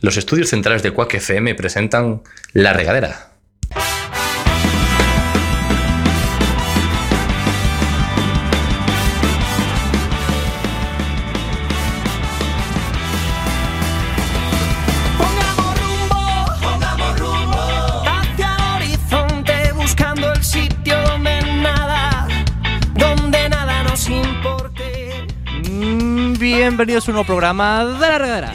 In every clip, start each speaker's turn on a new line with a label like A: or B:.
A: Los estudios centrales de Quack FM presentan La Regadera.
B: Pongamos rumbo, pongamos rumbo hacia el horizonte buscando el sitio donde nada, donde nada nos importe.
C: Mm, Bienvenidos a un nuevo programa de la regadera.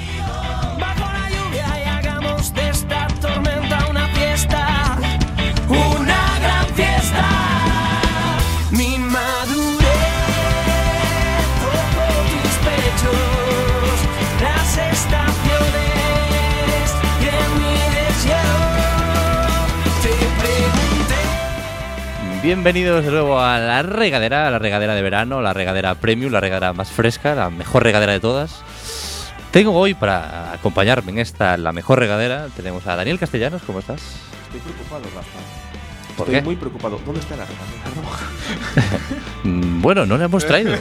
B: Bajo la lluvia y hagamos de esta tormenta una fiesta, una gran fiesta. Mi madurez, toco tus pechos, las estaciones y en mi deseo te pregunté.
C: Bienvenidos de nuevo a la regadera, a la regadera de verano, la regadera premium, la regadera más fresca, la mejor regadera de todas. Tengo hoy para acompañarme en esta, la mejor regadera, tenemos a Daniel Castellanos, ¿cómo estás?
D: Estoy preocupado, Rafa.
C: ¿Por
D: Estoy
C: qué? Ah,
D: muy preocupado. ¿Dónde está la regadera roja?
C: Mm, Bueno, no la hemos traído.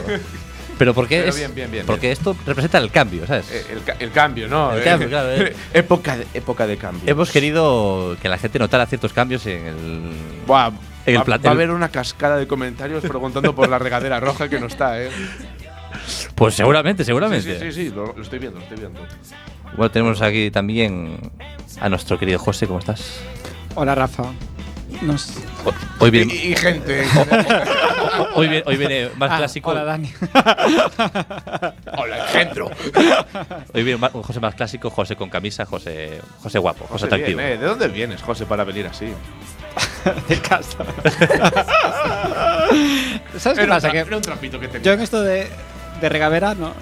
C: Pero porque
D: Pero
C: es-
D: bien, bien, bien,
C: porque esto representa el cambio, ¿sabes?
D: Eh, El, ca- el cambio, ¿no?
C: El cambio, claro, eh.
D: época, de, época de cambio.
C: Hemos querido que la gente notara ciertos cambios en el
D: Buah,
C: El
D: va,
C: pla-
D: va a
C: el-
D: haber una cascada de comentarios preguntando por la regadera roja que no está, ¿eh?
C: Pues seguramente, seguramente.
D: Sí, sí, sí, sí, lo, lo estoy viendo, lo estoy viendo.
C: Bueno, tenemos aquí también a nuestro querido José, ¿cómo estás?
E: Hola Rafa. Nos-
C: Hoy
D: Y,
C: bien.
D: y gente. en general.
C: Hoy viene, hoy viene más
E: Ah,
C: clásico.
E: Hola Dani.
D: Hola, engendro.
C: Hoy viene más- un José más clásico, José con camisa, José, José guapo, José,
D: José,
C: atractivo.
D: bien, ¿eh? ¿De dónde vienes, José, para venir así?
E: De casa. ¿Sabes qué
D: Era un
E: pasa?
D: tra-
E: Que
D: era un trapito que tenía.
E: yo en esto de, de regavera no.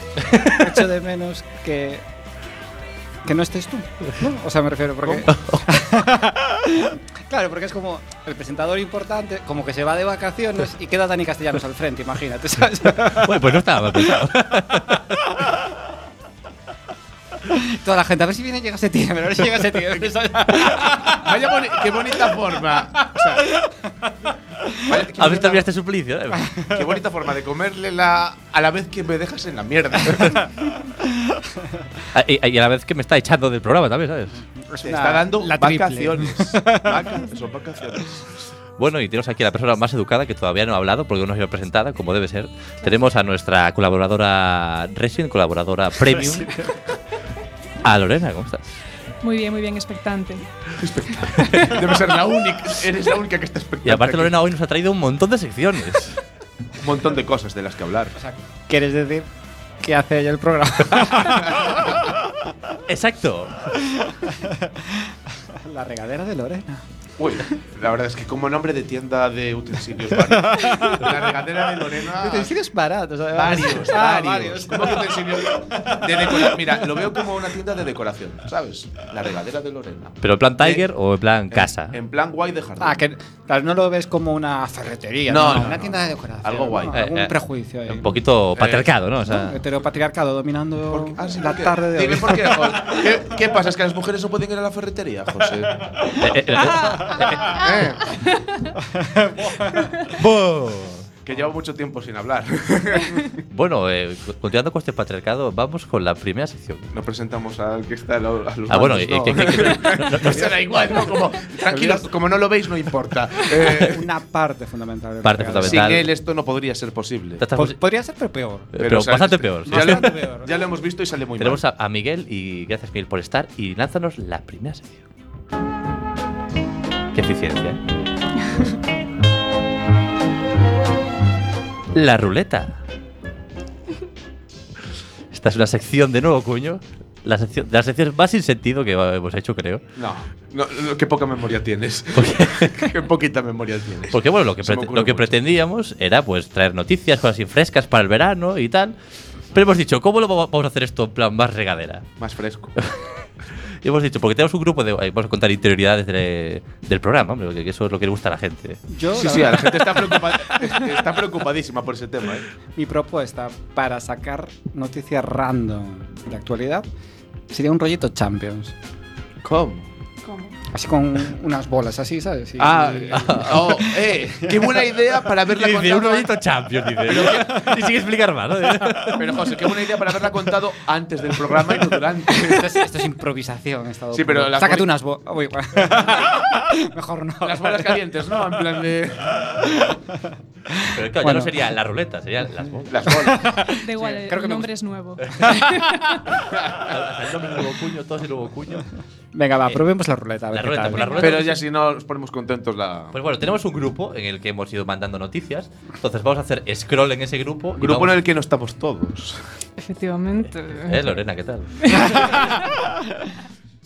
E: echo de menos que. que no estés tú. ¿no? O sea, me refiero porque. claro, porque es como el presentador importante, como que se va de vacaciones y queda Dani Castellanos al frente, imagínate, ¿sabes?
D: ¿eh?
C: Bueno, pues no estaba mal pensado.
E: Toda la gente, a ver si viene, llega ese tío, a ver si llega ese tío. ¿sabes?
D: Vaya boni- qué bonita forma. O sea, vaya- qué
C: A ver,
D: bonita-
C: también este suplicio. ¿eh?
D: Qué bonita forma de comerle la a la vez que me dejas en la mierda.
C: Ah, Y, y a la vez que me está echando del programa también, ¿sabes?
D: Se
E: una-
D: está dando
E: la triple.
D: vacaciones. Vaca- son vacaciones.
C: Bueno, y tenemos aquí a la persona más educada que todavía no ha hablado porque no ha sido presentada, como debe ser. Tenemos a nuestra colaboradora Resident, colaboradora Premium. A Lorena, ¿cómo estás?
F: Muy bien, muy bien, expectante.
D: Debe ser la única. Eres la única que está expectando.
C: Y aparte
D: aquí.
C: Lorena hoy nos ha traído un montón de secciones.
D: Un montón de cosas de las que hablar.
E: ¿Quieres decir qué hace ella el programa?
C: Exacto.
E: La regadera de Lorena.
D: Uy, la verdad es que como nombre de tienda de utensilios varios. La regadera de Lorena.
E: Utensilios baratos, además.
D: Ah. Varios,
E: Ah,
D: varios. Como que utensilios de decoración. Mira, lo veo como una tienda de decoración, ¿sabes? La regadera de Lorena.
C: ¿Pero en plan Tiger
D: Eh,
C: o en plan
D: En-
C: casa?
D: En plan guay de jardín.
E: Ah, que claro, no lo ves como una ferretería,
D: No,
E: no,
D: no,
E: una
D: no.
E: tienda de decoración.
D: Algo guay.
E: ¿no?
C: Eh,
E: Algún
C: eh,
E: prejuicio ahí.
C: Un poquito patriarcado, ¿no? O
E: ¿no?
C: sea,
E: Heteropatriarcado dominando
D: ¿Por qué? Ah, sí,
E: la
D: ¿por qué?
E: tarde de hoy.
D: Dime por qué, José. ¿Qué, qué pasa? ¿Es que las mujeres no pueden ir a la ferretería, José?
C: eh, eh, eh,
D: ¿Eh?
C: ¡Boo!
D: Que llevo mucho tiempo sin hablar.
C: Bueno, eh, continuando con este patriarcado, vamos con la primera sección.
D: Nos presentamos al que está a lo- a los
C: Ah, bueno,
D: mandos,
C: eh, que- que- que- no, no, no.
D: Pues será igual, ¿no? Como, tranquilos, como no lo veis, no importa. Eh,
E: Una parte fundamental. del
C: Parte
E: regalo.
C: fundamental.
D: sin él esto no podría ser posible.
C: Ta- ta-
E: Pod-
C: eh,
E: podría ser, pero peor.
C: pero
D: o sea,
C: bastante
D: este-
C: peor.
D: Ya lo,
E: Bastante peor.
D: ya lo hemos visto y sale muy
C: Tenemos
D: mal.
C: a, a Miguel y gracias Miguel por estar y lánzanos la primera sección. Qué eficiencia. ¿eh? la ruleta. Esta es una sección de nuevo cuño. La sección, de las secciones más sin sentido que hemos hecho, creo.
D: No, no, no, qué poca memoria tienes. qué poquita memoria tienes.
C: Porque bueno, lo que,
D: Se me
C: prete-
D: ocurre
C: lo que
D: mucho.
C: pretendíamos era pues traer noticias, cosas así frescas para el verano y tal. Pero hemos dicho, ¿cómo lo va- vamos a hacer esto en plan más regadera?
D: Más fresco.
C: Y hemos dicho, porque tenemos un grupo de... ay, Vamos a contar interioridades de- del programa, hombre, que que eso es lo que le gusta a la gente.
E: Yo,
D: Sí,
E: la
D: sí,
E: verdad,
D: la gente está, preocupa- está preocupadísima por ese tema. ¿eh?
E: mi propuesta para sacar noticias random de actualidad sería un rollito Champions.
D: ¿Cómo?
F: ¿Cómo?
E: Así con unas bolas así, ¿sabes? Y-
D: Ah,
E: y-
D: oh, eh, qué buena idea para verla
C: Y dice, un
D: contado.
C: rollito champion, dice. y sin explicar más, ¿no?
D: Pero José, qué buena idea para haberla contado antes del programa y no durante.
E: Esto es, esto es improvisación. he estado
D: Sí, pero
E: puro.
D: la
E: Sácate
D: cori-
E: unas bolas. Mejor no.
D: Las bolas calientes, ¿no? En plan de.
C: Pero claro, ya
E: Bueno.
C: no sería la ruleta, sería las bolas.
D: Las bolas.
F: Da igual,
E: creo que
F: el
E: me
F: nombre es nuevo.
C: Hasta el nombre nuevo cuño, todos el nuevo cuño.
E: Venga, va, probemos la ruleta. a ver
C: la
E: qué
C: ruleta,
E: tal.
C: por la ruleta.
D: Pero ya si no nos ponemos contentos, la.
C: Pues bueno, tenemos un grupo en el que hemos ido mandando noticias. Entonces vamos a hacer scroll en ese grupo. y
D: Grupo en
C: vamos-
D: el que no estamos todos.
F: Efectivamente.
C: Eh, Lorena, ¿qué tal?
E: Es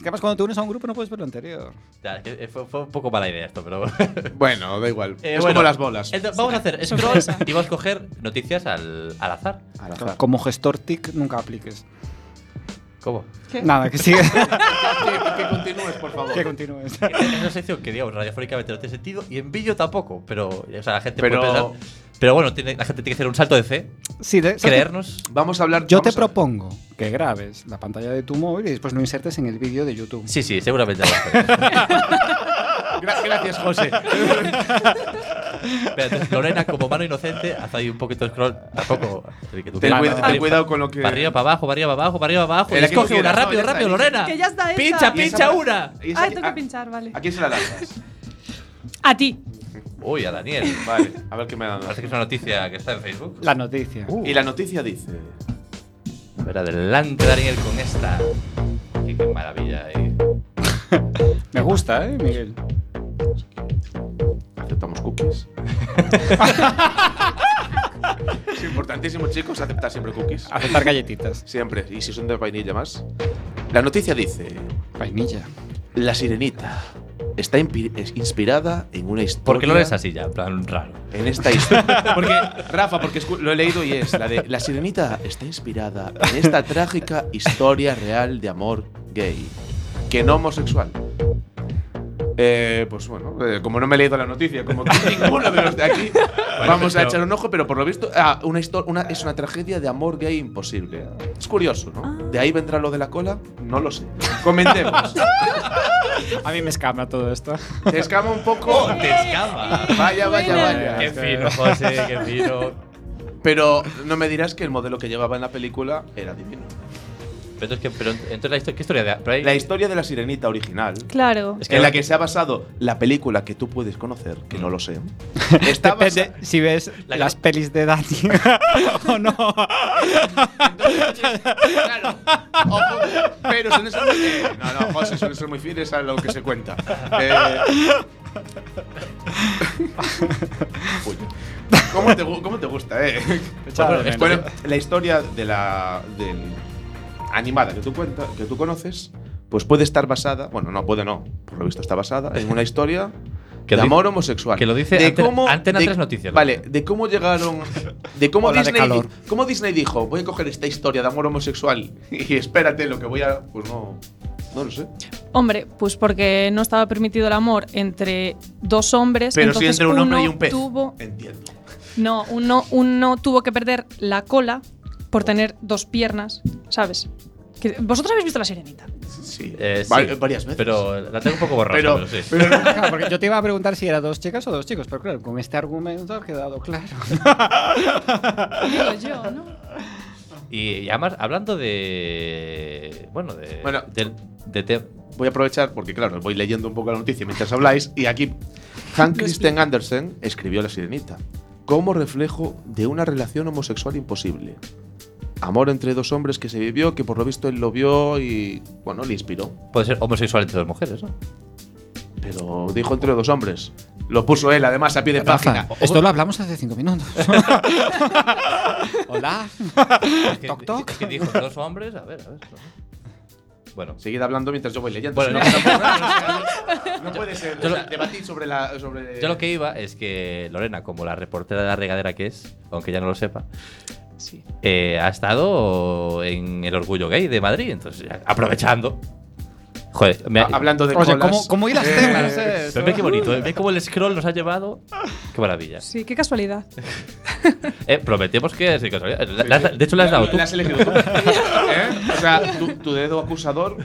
E: que además cuando te unes a un grupo no puedes ver lo anterior.
C: Ya, eh, fue, fue un poco mala idea esto, pero.
D: Bueno, da igual.
C: Eh,
D: es
C: bueno,
D: como las bolas.
C: entonces vamos a hacer scroll y vamos a coger noticias al, al azar.
D: Al azar.
E: Como gestor TIC nunca apliques.
C: ¿Cómo?
F: ¿Qué?
E: Nada, que sigue.
D: Que, que continúes, por favor.
E: que continúes.
C: Es una sección que, digamos, radiofónicamente no tiene sentido y en vídeo tampoco, pero. O sea, la gente
D: Pero-
C: puede pensar. Pero bueno, tiene- la gente tiene que hacer un salto de fe,
E: Sí, de- ¿sabes qué?
C: creernos.
D: Vamos a hablar.
E: Yo te
D: vamos a-
E: propongo que grabes la pantalla de tu móvil y después lo insertes en el vídeo de YouTube.
C: Sí, sí, seguramente. lo hacemos.
D: Gra- gracias, José.
C: Pero entonces, Lorena, como mano inocente, haz ahí un poquito de scroll. Tampoco. así que tú
D: Ten,
C: quieras.
D: cuida-
C: Para-
D: ten cuidado con lo que.
C: Para arriba, para abajo, para arriba, para abajo, para arriba, para abajo.
D: Eh,
C: Y
D: la que
C: escoge
D: tú
C: una,
D: quieras,
C: rápido,
D: no, ya
C: rápido,
D: está, ya
C: Lorena.
D: está.
F: Que ya está esa.
C: Pincha,
D: Y esa
C: pincha
D: para-
C: una.
D: y esa-
F: Ay, tengo que
D: ah,
F: pinchar, vale.
D: ¿A quién se la lanzas?
F: A ti.
C: Uy, a Daniel.
D: Vale, a ver qué me ha dado.
C: Parece que es una noticia que está en Facebook.
E: La noticia.
D: Y la noticia dice.
C: A ver, adelante, Daniel, con esta. Qué, qué maravilla. eh.
E: Me gusta, ¿eh, Miguel?
D: Aceptamos cookies. es importantísimo, chicos, aceptar siempre cookies.
E: Aceptar galletitas.
D: Siempre. Y si son de vainilla más. La noticia dice:
E: Vainilla.
D: La sirenita está impi- es inspirada en una historia.
C: Porque Lorena es así ya, en plan raro.
D: En esta historia. porque, Rafa, porque escu- lo he leído y es la de La sirenita está inspirada en esta trágica historia real de amor gay, que no homosexual. Eh, pues bueno, eh, como no me he leído la noticia, como que ninguno de los de aquí, vamos a
C: pero-
D: echar un ojo, pero por lo visto ah, una histo- una- es una tragedia de amor gay imposible. Es curioso, ¿no? ¿De ahí vendrá lo de la cola? No lo sé. Comentemos.
E: A mí me escama todo esto.
D: Te escama un poco.
C: ¡Te escapa!
D: Vaya, vaya, vaya.
C: ¡Qué fino, José! ¡Qué fino!
D: Pero no me dirás que el modelo que llevaba en la película era divino.
C: Pero, es que, pero entonces, la historia, ¿qué historia de.? pero hay-
D: La historia de la sirenita original,
F: Claro.
C: es que
D: en la que se ha basado la película que tú puedes conocer, que no lo sé,
F: Mm.
D: está
E: Depende
D: basa-
E: si ves
C: La
E: las pelis de Dani o no.
D: Claro, ojo, pero son esos. eh, no, no, José, son esos muy fieles a lo que se cuenta. Eh, uy. ¿Cómo, te, gu- cómo te gusta, eh?
E: Echaba de
D: Bueno, la historia de la del animada que tú cuenta, que tú conoces, pues puede estar basada, bueno, no puede no, por lo visto está basada en una historia
C: Que
D: de
C: lo
D: amor homosexual.
C: que lo dice
D: de
C: Antena- Antena
D: de-
C: 3 Noticias, lo
D: Vale, Eh, de cómo llegaron, de cómo
E: Ola de
D: Disney,
E: calor.
D: cómo Disney dijo, voy a coger esta historia de amor homosexual y espérate lo que voy a, pues no, no lo sé.
F: Hombre, pues porque no estaba permitido el amor entre dos hombres.
D: Pero sí
F: entonces
D: entre un hombre
F: uno
D: y un pez.
F: Tuvo,
D: Entiendo.
F: no, uno, uno tuvo que perder la cola por tener dos piernas, ¿sabes? Que- Vosotros habéis visto la sirenita.
D: Sí,
C: Eh, sí,
D: va- varias veces.
C: Pero la tengo un poco borrosa,
D: Pero-
C: pero, sí.
E: Claro, porque yo te iba a preguntar si era dos chicas o dos chicos, pero claro, con este argumento ha quedado claro.
F: Digo yo, ¿no?
C: Y, y además, hablando de. Bueno, de.
D: Bueno.
C: del- de te-
D: voy a aprovechar porque, claro, voy leyendo un poco la noticia mientras habláis. Y aquí, Hank Christian Andersen escribió La Sirenita como reflejo de una relación homosexual imposible. Amor entre dos hombres que se vivió, que por lo visto él lo vio y, bueno, le inspiró.
C: puede ser homosexual entre dos mujeres, ¿no?
D: Pero dijo entre dos hombres. Lo puso él, además, a pie de página.
E: esto lo hablamos hace cinco minutos. Hola.
C: Es que-
E: Toc, toc.
C: es que dijo dos hombres, a ver, a ver. no sé. Bueno.
D: Seguid hablando mientras yo voy leyendo.
C: Bueno,
D: si no,
C: no.
D: tampoco- no puede ser.
C: Yo
D: o
C: lo-
D: sea, debatir sobre la. Sobre
C: Yo lo que iba es que Lorena, como la reportera de la regadera que es, aunque ya no lo sepa, eh, ha estado en el orgullo gay de Madrid, entonces ya, aprovechando. Joder, me ha-
D: Ha- Hablando de.
E: Oye,
D: colas.
E: ¿cómo, cómo ir las
D: Eh,
E: temas? eh?
C: pero ve qué bonito, eh, ve cómo el scroll nos ha llevado. Qué maravilla.
F: Sí, qué casualidad.
C: Eh, prometemos que es de casualidad. La- la- de hecho, le has dado tú.
D: La has elegido tú. ¿Eh? O sea, tu, tu dedo acusador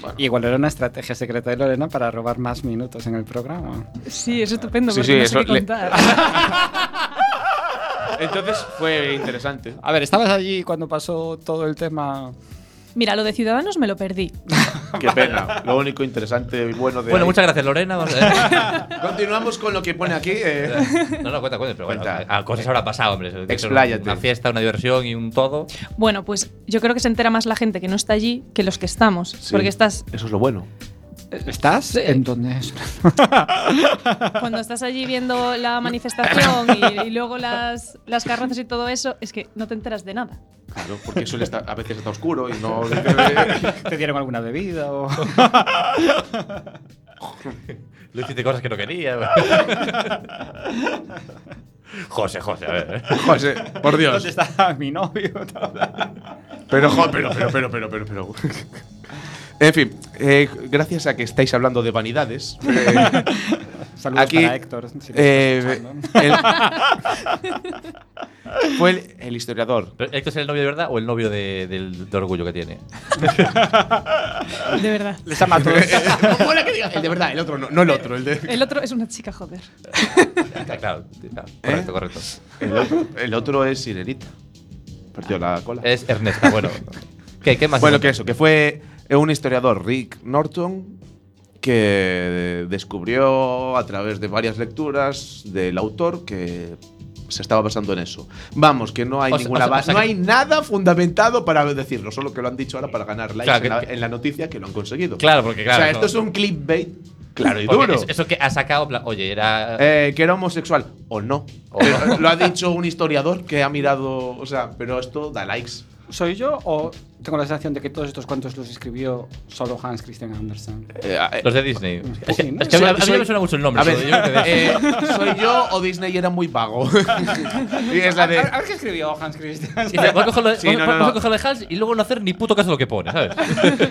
D: Bueno.
E: Igual era una estrategia secreta de Lorena para robar más minutos en el programa.
F: Sí, es estupendo,
D: Sí,
F: porque
D: sí,
F: no
D: eso
F: sé qué
D: le-
F: contar.
D: Entonces fue interesante.
E: A ver, estabas allí cuando pasó todo el tema.
F: Mira, lo de Ciudadanos me lo perdí.
D: Qué pena. Lo único interesante y bueno de.
C: Bueno,
D: ahí.
C: muchas gracias, Lorena. Vamos a-
D: Continuamos con lo que pone aquí. eh.
C: No, no, cuenta, cuenta, pero bueno,
D: Cuenta.
C: a- a cosas habrá pasado, hombre. Tiene que ser
D: Expláyate.
C: Una fiesta, una diversión y un todo.
F: Bueno, pues yo creo que se entera más la gente que no está allí que los que estamos. Porque estás,
D: Eso es lo bueno.
E: ¿Estás?
F: Sí.
E: ¿En dónde es?
F: cuando estás allí viendo la manifestación y, y luego las, las carrozas y todo eso, es que no te enteras de nada.
D: Claro, porque eso a veces está oscuro y no.
E: ¿Te dieron alguna bebida? O...
C: Le hiciste cosas que no quería. José, José, a ver. ¿eh?
D: José, por
E: ¿Dónde
D: Dios.
E: está mi novio?
D: Pero, jo, pero, pero, pero, pero, pero, pero. En fin, eh, gracias a que estáis hablando de vanidades. eh,
E: Saludos
D: Aquí,
E: para Héctor. si nos está
D: eh,
E: escuchando.
D: el- fue el, el historiador.
C: Pero, ¿Héctor es el novio de verdad o el novio de, del- de orgullo que tiene?
F: De verdad.
E: Les llama a todos.
D: El de verdad, el otro no, no el otro. El, de-
F: El otro es una chica, joder.
C: Ah, Claro, claro,
D: ¿Eh?
C: correcto, correcto.
D: el otro. el otro es Sirenita. Partió la cola.
C: Es Ernesta, bueno. ¿Qué, qué más?
D: Bueno, que eso, que fue un historiador, Rick Norton, que descubrió a través de varias lecturas del autor que se estaba basando en eso. Vamos, que no hay
C: O sea- o
D: ninguna
C: sea-
D: base,
C: o sea
D: no
C: que-
D: hay nada fundamentado para decirlo, solo que lo han dicho ahora para ganar likes
C: Claro, que-
D: en, la,
C: que-
D: en la noticia que lo han conseguido.
C: Claro, porque claro.
D: o
C: no-
D: sea, esto es un clickbait claro y
C: porque
D: duro.
C: es- Eso que ha sacado, en plan, oye, era.
D: Eh, que era homosexual o no.
C: O no.
D: lo ha dicho un historiador que ha mirado, o sea, pero esto da likes.
E: ¿Soy yo o tengo la sensación de que todos estos cuentos los escribió solo Hans Christian Andersen?
D: Eh, eh,
C: Los de Disney. Es que,
E: Sí, ¿no?
C: es que a mí- a mí
D: Soy-
C: me suena mucho el nombre.
D: A ver,
C: solo digo que de-
D: eh, ¿soy yo o Disney era muy vago? y es la de.
E: A ver qué escribió Hans Christian
C: Y dice, voy a cogerlo de,
D: Sí,
C: voy-
D: no, no,
C: voy- voy a
D: no.
C: cogerlo de Hans y luego no hacer ni puto caso de lo que pone, ¿sabes?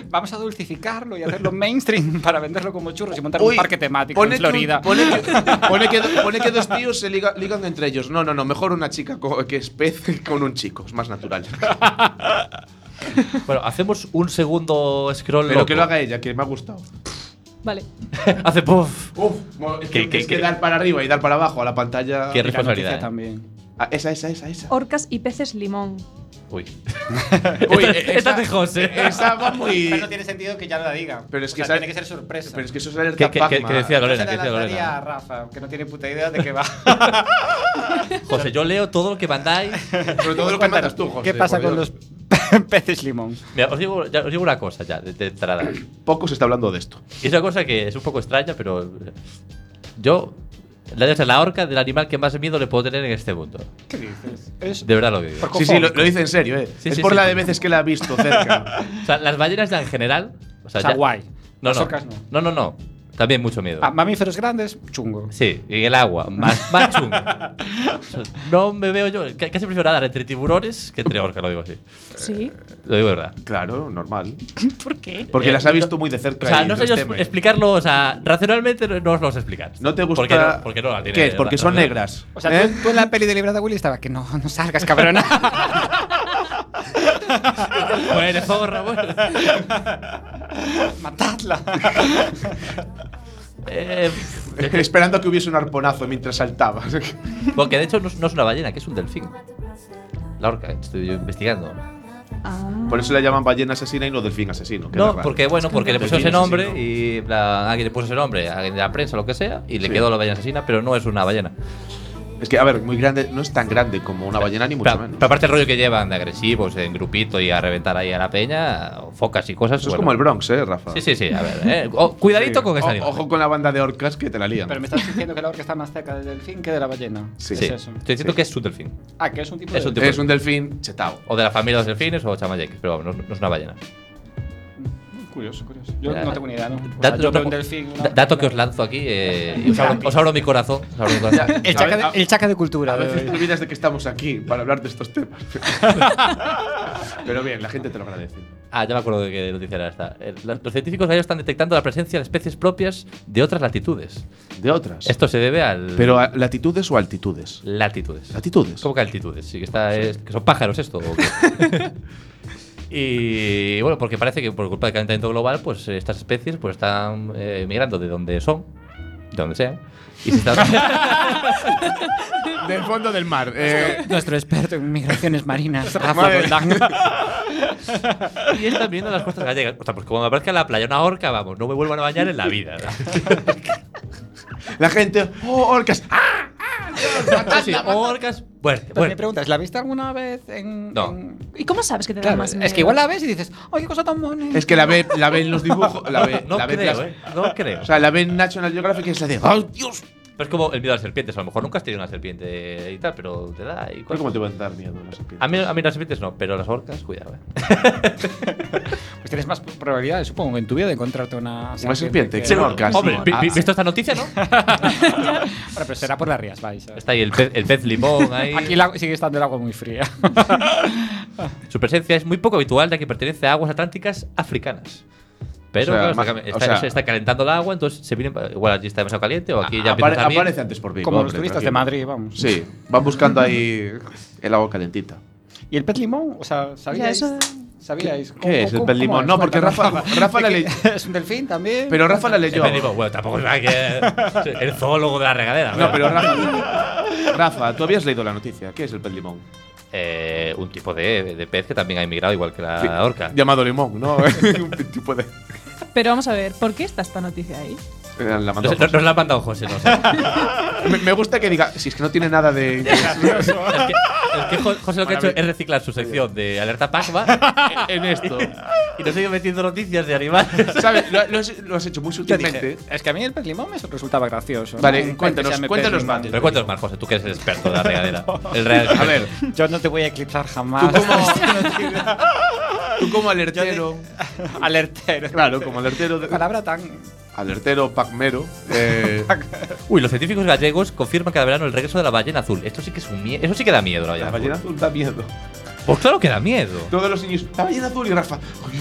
E: Vamos a dulcificarlo y hacerlo mainstream para venderlo como churros y montar
D: Uy,
E: un parque temático
D: pone
E: en
D: que un-
E: Florida.
D: pone, que, pone que do- pone que dos tíos se liga- ligan entre ellos. No, no, no. Mejor una chica co- que es pez con un chico. Es más natural.
C: Bueno, hacemos un segundo scroll.
D: Pero
C: loco.
D: que lo haga ella, que me ha gustado.
F: Vale.
C: Hace puff.
D: Uf, mo- es
C: Que-
D: que,
C: que-
D: es que
C: que-
D: dar para arriba y dar para abajo a la pantalla.
C: Qué
E: Y la noticia
C: responsabilidad. eh.
E: también.
D: Ah, esa, esa, esa, esa.
F: Orcas y peces limón.
C: Uy.
D: Uy,
C: esta,
D: eh,
C: esta
D: esa-
C: es de José.
D: Esa va muy.
E: tiene sentido que ya la diga.
D: Pero es que O sea, esa- tiene que ser
E: sorpresa.
D: Pero es que eso es alerta
C: Que, que- que-
D: Pac-Man.
C: que decía Lorena, que decía
E: a
C: Lorena.
E: Rafa, que no tiene puta idea de qué va.
C: José, yo leo todo lo que mandáis.
D: Sobre todo lo que mandas tú, José.
E: ¿Qué pasa
D: por
E: con
D: Dios.
E: los peces limón?
C: Mira, os digo, ya- os digo una cosa ya, de, de entrada.
D: Poco se está hablando de esto.
C: Y es una cosa que es un poco extraña, pero. Yo. La de la orca del animal que más miedo le puedo tener en este mundo.
E: ¿Qué dices? Es
C: De verdad lo que digo.
E: Por
D: Sí, sí, lo, lo dice en serio, ¿eh?
C: Sí,
D: es
C: sí,
D: por
C: sí,
D: la
C: sí.
D: de veces que la ha visto cerca.
C: O sea, las ballenas ya en general. O sea,
E: O sea,
C: ya-
E: guay.
C: No,
E: Las
C: no. Ah,
E: orcas no. Ah,
C: No, no, no. También mucho miedo.
E: a mamíferos grandes, chungo.
C: Sí, y el agua, más, más chungo. O sea, No me veo yo, ca- casi prefiero nadar entre tiburones que entre orcas, lo digo así.
F: Sí.
C: Lo digo de verdad.
D: Claro, normal.
F: ¿Por qué?
D: Porque
C: Eh,
D: las ha visto muy de cerca.
C: O sea,
D: y
C: no sé
D: los
C: yo
D: teme.
C: explicarlo, o sea, racionalmente no- no os lo sé explicar.
D: No te gusta.
C: ¿Por qué no? ¿Por qué, no la tiene
D: ¿Qué es? Porque son
C: razón?
D: negras.
E: O sea,
D: ¿eh?
E: tú, tú en la peli de Librada Willy estaba que no, no salgas, cabrona. Ah,
C: Bueno, zorra, bueno.
E: Matadla.
C: Eh,
D: Esperando que hubiese un arponazo mientras saltaba.
C: porque de hecho no, es- no es una ballena, que es un delfín. La orca, estoy yo investigando.
F: Ah.
D: por eso le llaman ballena asesina y no delfín asesino. que es
C: No,
D: raro.
C: porque bueno, porque le puso
D: Delfín
C: ese nombre
D: asesino.
C: y en plan, alguien le puso ese nombre, alguien de la prensa, lo que sea, y le
D: Sí.
C: quedó la ballena asesina, pero no es una ballena.
D: Es que, a ver, muy grande. No es tan grande como una ballena ni mucho
C: Pero,
D: menos.
C: pero aparte el rollo que llevan de agresivos, en grupito y a reventar ahí a la peña, o focas y cosas.
D: Eso es
C: bueno.
D: como el Bronx, ¿eh, Rafa?
C: Sí, sí, sí, a ver. eh. O- cuidadito
D: Sí.
C: con esa
D: O-
C: animal.
D: Ojo con la banda de orcas que te la lían.
E: Pero me estás diciendo que la orca está más cerca del delfín que de la ballena.
D: Sí.
E: Es
C: Sí,
E: eso.
C: Estoy diciendo que es un delfín.
E: Ah, que es un tipo
C: Es
E: de.
C: un tipo-
D: Es un delfín chetao.
C: O de la familia de los delfines o chamayeques, pero vamos, no, no es una ballena.
E: Curioso, curioso. Yo
C: Mira,
E: no tengo ni idea, ¿no? O
D: Ah,
E: sea,
C: dato-
E: yo veo un
C: da-
E: delfín. una-
C: da- dato que os lanzo aquí, eh, y os, abro, os abro mi corazón. os abro mi corazón.
E: El chaca, de, el chaca de cultura.
D: A
E: de
D: veces te
E: hoy.
D: olvidas de que estamos aquí para hablar de estos temas. Pero bien, la gente te lo agradece.
C: Ah, ya me acuerdo de qué noticia era esta. Eh, la- Los científicos gallegos están detectando la presencia de especies propias de otras latitudes.
D: De otras.
C: Esto se debe al.
D: Pero ¿a- latitudes o altitudes?
C: Latitudes.
D: Latitudes.
C: ¿Cómo que altitudes? Sí, que, está, es- que son pájaros esto. o qué? Y bueno, porque parece que por culpa del calentamiento global, pues eh, estas especies pues están eh, migrando de donde son, de donde sean. Y se están,
G: Del fondo del mar. Eh,
E: Nuestro experto en migraciones marinas, Rafa
G: Madre.
E: Roldán.
C: y están viendo las costas gallegas. O sea, pues como me aparezca en la playa una horca, vamos, no me vuelvan a bañar en la vida.
G: la gente. ¡Oh, orcas! ¡Ah!
C: Sí, orcas, muerte,
E: Pero mi
C: muerte.
E: pregunta es, ¿la viste alguna vez en...?
C: No. eh,
E: en-
F: ¿Y cómo sabes que te da
E: Claro,
F: más miedo?
E: es que igual la ves y dices, ¡ay, qué cosa tan bonita!
G: Es que la ven, la ven los dibujos. La ven,
C: No
G: la ven
C: creo,
G: las-
C: eh, no creo.
G: O sea, la ven National Geographic y es la de. ¡Oh, Dios!
C: Pero es como el miedo a las serpientes. A lo mejor nunca has tenido una serpiente y tal, pero te da. Y
D: ¿Cómo te van a dar miedo las serpientes?
C: a, mí, a mí las serpientes no, pero las orcas, cuidado. eh.
E: Pues tienes más probabilidades, supongo, en tu vida de encontrarte una
D: Una serpiente,
E: que-
D: que orcas.
C: Hombre, vi- vi-
E: ah.
C: visto esta noticia, ¿no?
E: Bueno, pero será por las rías, vais. ¿sabes?
C: Está ahí el pez, el pez limón. Ahí.
E: Aquí el agua- sigue estando el agua muy fría.
C: Su presencia es muy poco habitual, ya que pertenece a aguas atlánticas africanas. Pero
D: O sea,
C: claro, está
D: ma-
C: cam-
D: o
C: está,
D: sea-
C: se está calentando el agua, entonces se vienen. pa- Igual allí está demasiado caliente o aquí ya empieza
D: Ah, Apare-
C: a estar bien.
D: aparece antes por Vigo.
E: Como los
D: hombre,
E: turistas de
D: tranquilo.
E: Madrid, vamos.
D: Sí, van buscando ahí el agua calentita.
E: ¿Y el pet limón? O sea, ¿sabíais?
F: eso-
E: ¿Sabíais? ¿Cómo-
D: es el
E: cómo-
D: pez
E: cómo
D: limón?
E: es?
D: No, porque
E: Cuenta,
D: Rafa- Rafa la
E: Es
D: ley-
E: que Es un delfín también.
D: Pero Rafa la
C: El
D: leyó.
C: pez limón, bueno, tampoco es verdad que el- el zoólogo de la regadera.
D: No,
C: ¿verdad?
D: pero Rafa. Rafa, tú habías leído la noticia. ¿Qué es el pez limón?
C: Eh, un tipo de, de pez que también ha emigrado, igual que la orca.
D: Llamado limón, ¿no? Un tipo de.
F: Pero vamos a ver, ¿por qué está esta noticia ahí?
D: Eh, la mandó
C: Nos, nos- nos la ha mandado José, no sé.
D: José. me, me gusta que diga, si es que no tiene nada de.
C: Es que, es que Jo- José lo que ha hecho es reciclar su sección de alerta Pagma en esto. Y nos sigue metiendo noticias de animales.
D: ¿Sabes? Lo, lo has, lo has hecho muy
E: Te dije,
D: sutilmente.
E: es que a mí el pez limón me resultaba gracioso. ¿no?
D: Vale,
E: Un pez que
D: cuéntanos,
E: se llame
D: cuéntanos
E: pez limón.
D: más.
C: Pero cuéntanos más, José, tú que eres el experto de la regadera. El real
D: A ver,
E: Yo no te voy a eclipsar jamás.
D: tú como. tú como alertero.
E: Alertero.
D: Claro, como alertero. de-
E: Palabra tan.
D: alertero pacmero. eh,
C: Uy, los científicos gallegos confirman cada verano el regreso de la ballena azul. Esto sí que es un mie- Eso sí que da miedo, la ballena,
D: la ballena
C: azul.
D: azul da miedo.
C: Pues claro que da miedo.
D: Todos los niños. La ballena azul y Rafa.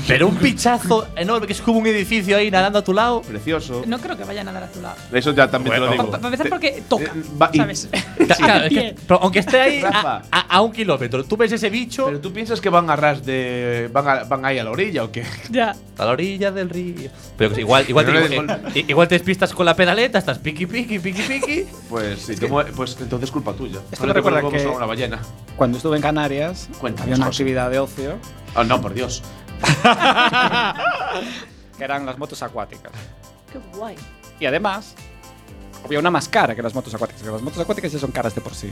C: Pero un pichazo enorme que es como un edificio ahí nadando a tu lado.
D: Precioso.
F: No creo que vayan a dar a tu lado.
D: Eso ya también te
C: Bueno.
D: lo digo.
F: Para empezar porque toca,
D: Eh, va- y-
F: ¿sabes?
C: Ca- claro, es que-
F: Bien.
C: pero aunque esté ahí a,
D: Rafa.
C: a- a un kilómetro, tú ves ese bicho
D: Pero tú piensas que van a ras de. van, a- van ahí a la orilla o qué?
F: ya.
C: a la orilla del río. Pero que igual, igual,
D: Pero
C: te,
D: no le
C: igual, eh, igual te despistas con la pedaleta, estás piqui piqui, piqui piqui.
D: Pues sí, te mue- pues entonces es culpa tuya.
E: Esto
D: Ahora
E: me
D: te
E: recuerda
D: volvemos
E: que-
D: a una ballena.
E: Cuando estuve en Canarias,
D: Cuéntanos,
E: había una
D: José.
E: actividad de ocio
D: Oh, no, por Dios.
E: que eran las motos acuáticas.
F: Qué guay.
E: Y además, había una más cara que las motos acuáticas, que las motos acuáticas ya son caras de por sí.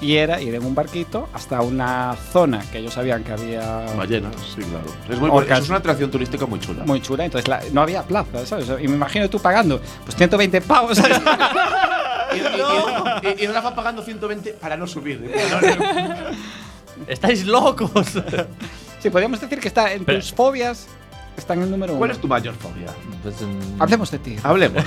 E: Y era ir en un barquito hasta una zona que ellos sabían que había
D: Ballenas, sí, claro. Es, muy,
E: Orcas.
D: eso es una atracción turística muy chula.
E: muy chula, entonces la- no había plaza, ¿sabes? Y me imagino tú pagando pues 120 pavos. ¿sabes?
D: Y, y- y- y Rafa pagando 120 para no subir. No, no, no.
C: Estáis locos.
E: sí, podríamos decir que está en
C: Pero-
E: tus fobias están en el número uno.
D: ¿Cuál es Ah. tu mayor fobia?
C: Pues, mm,
E: Hablemos de ti.
D: Hablemos.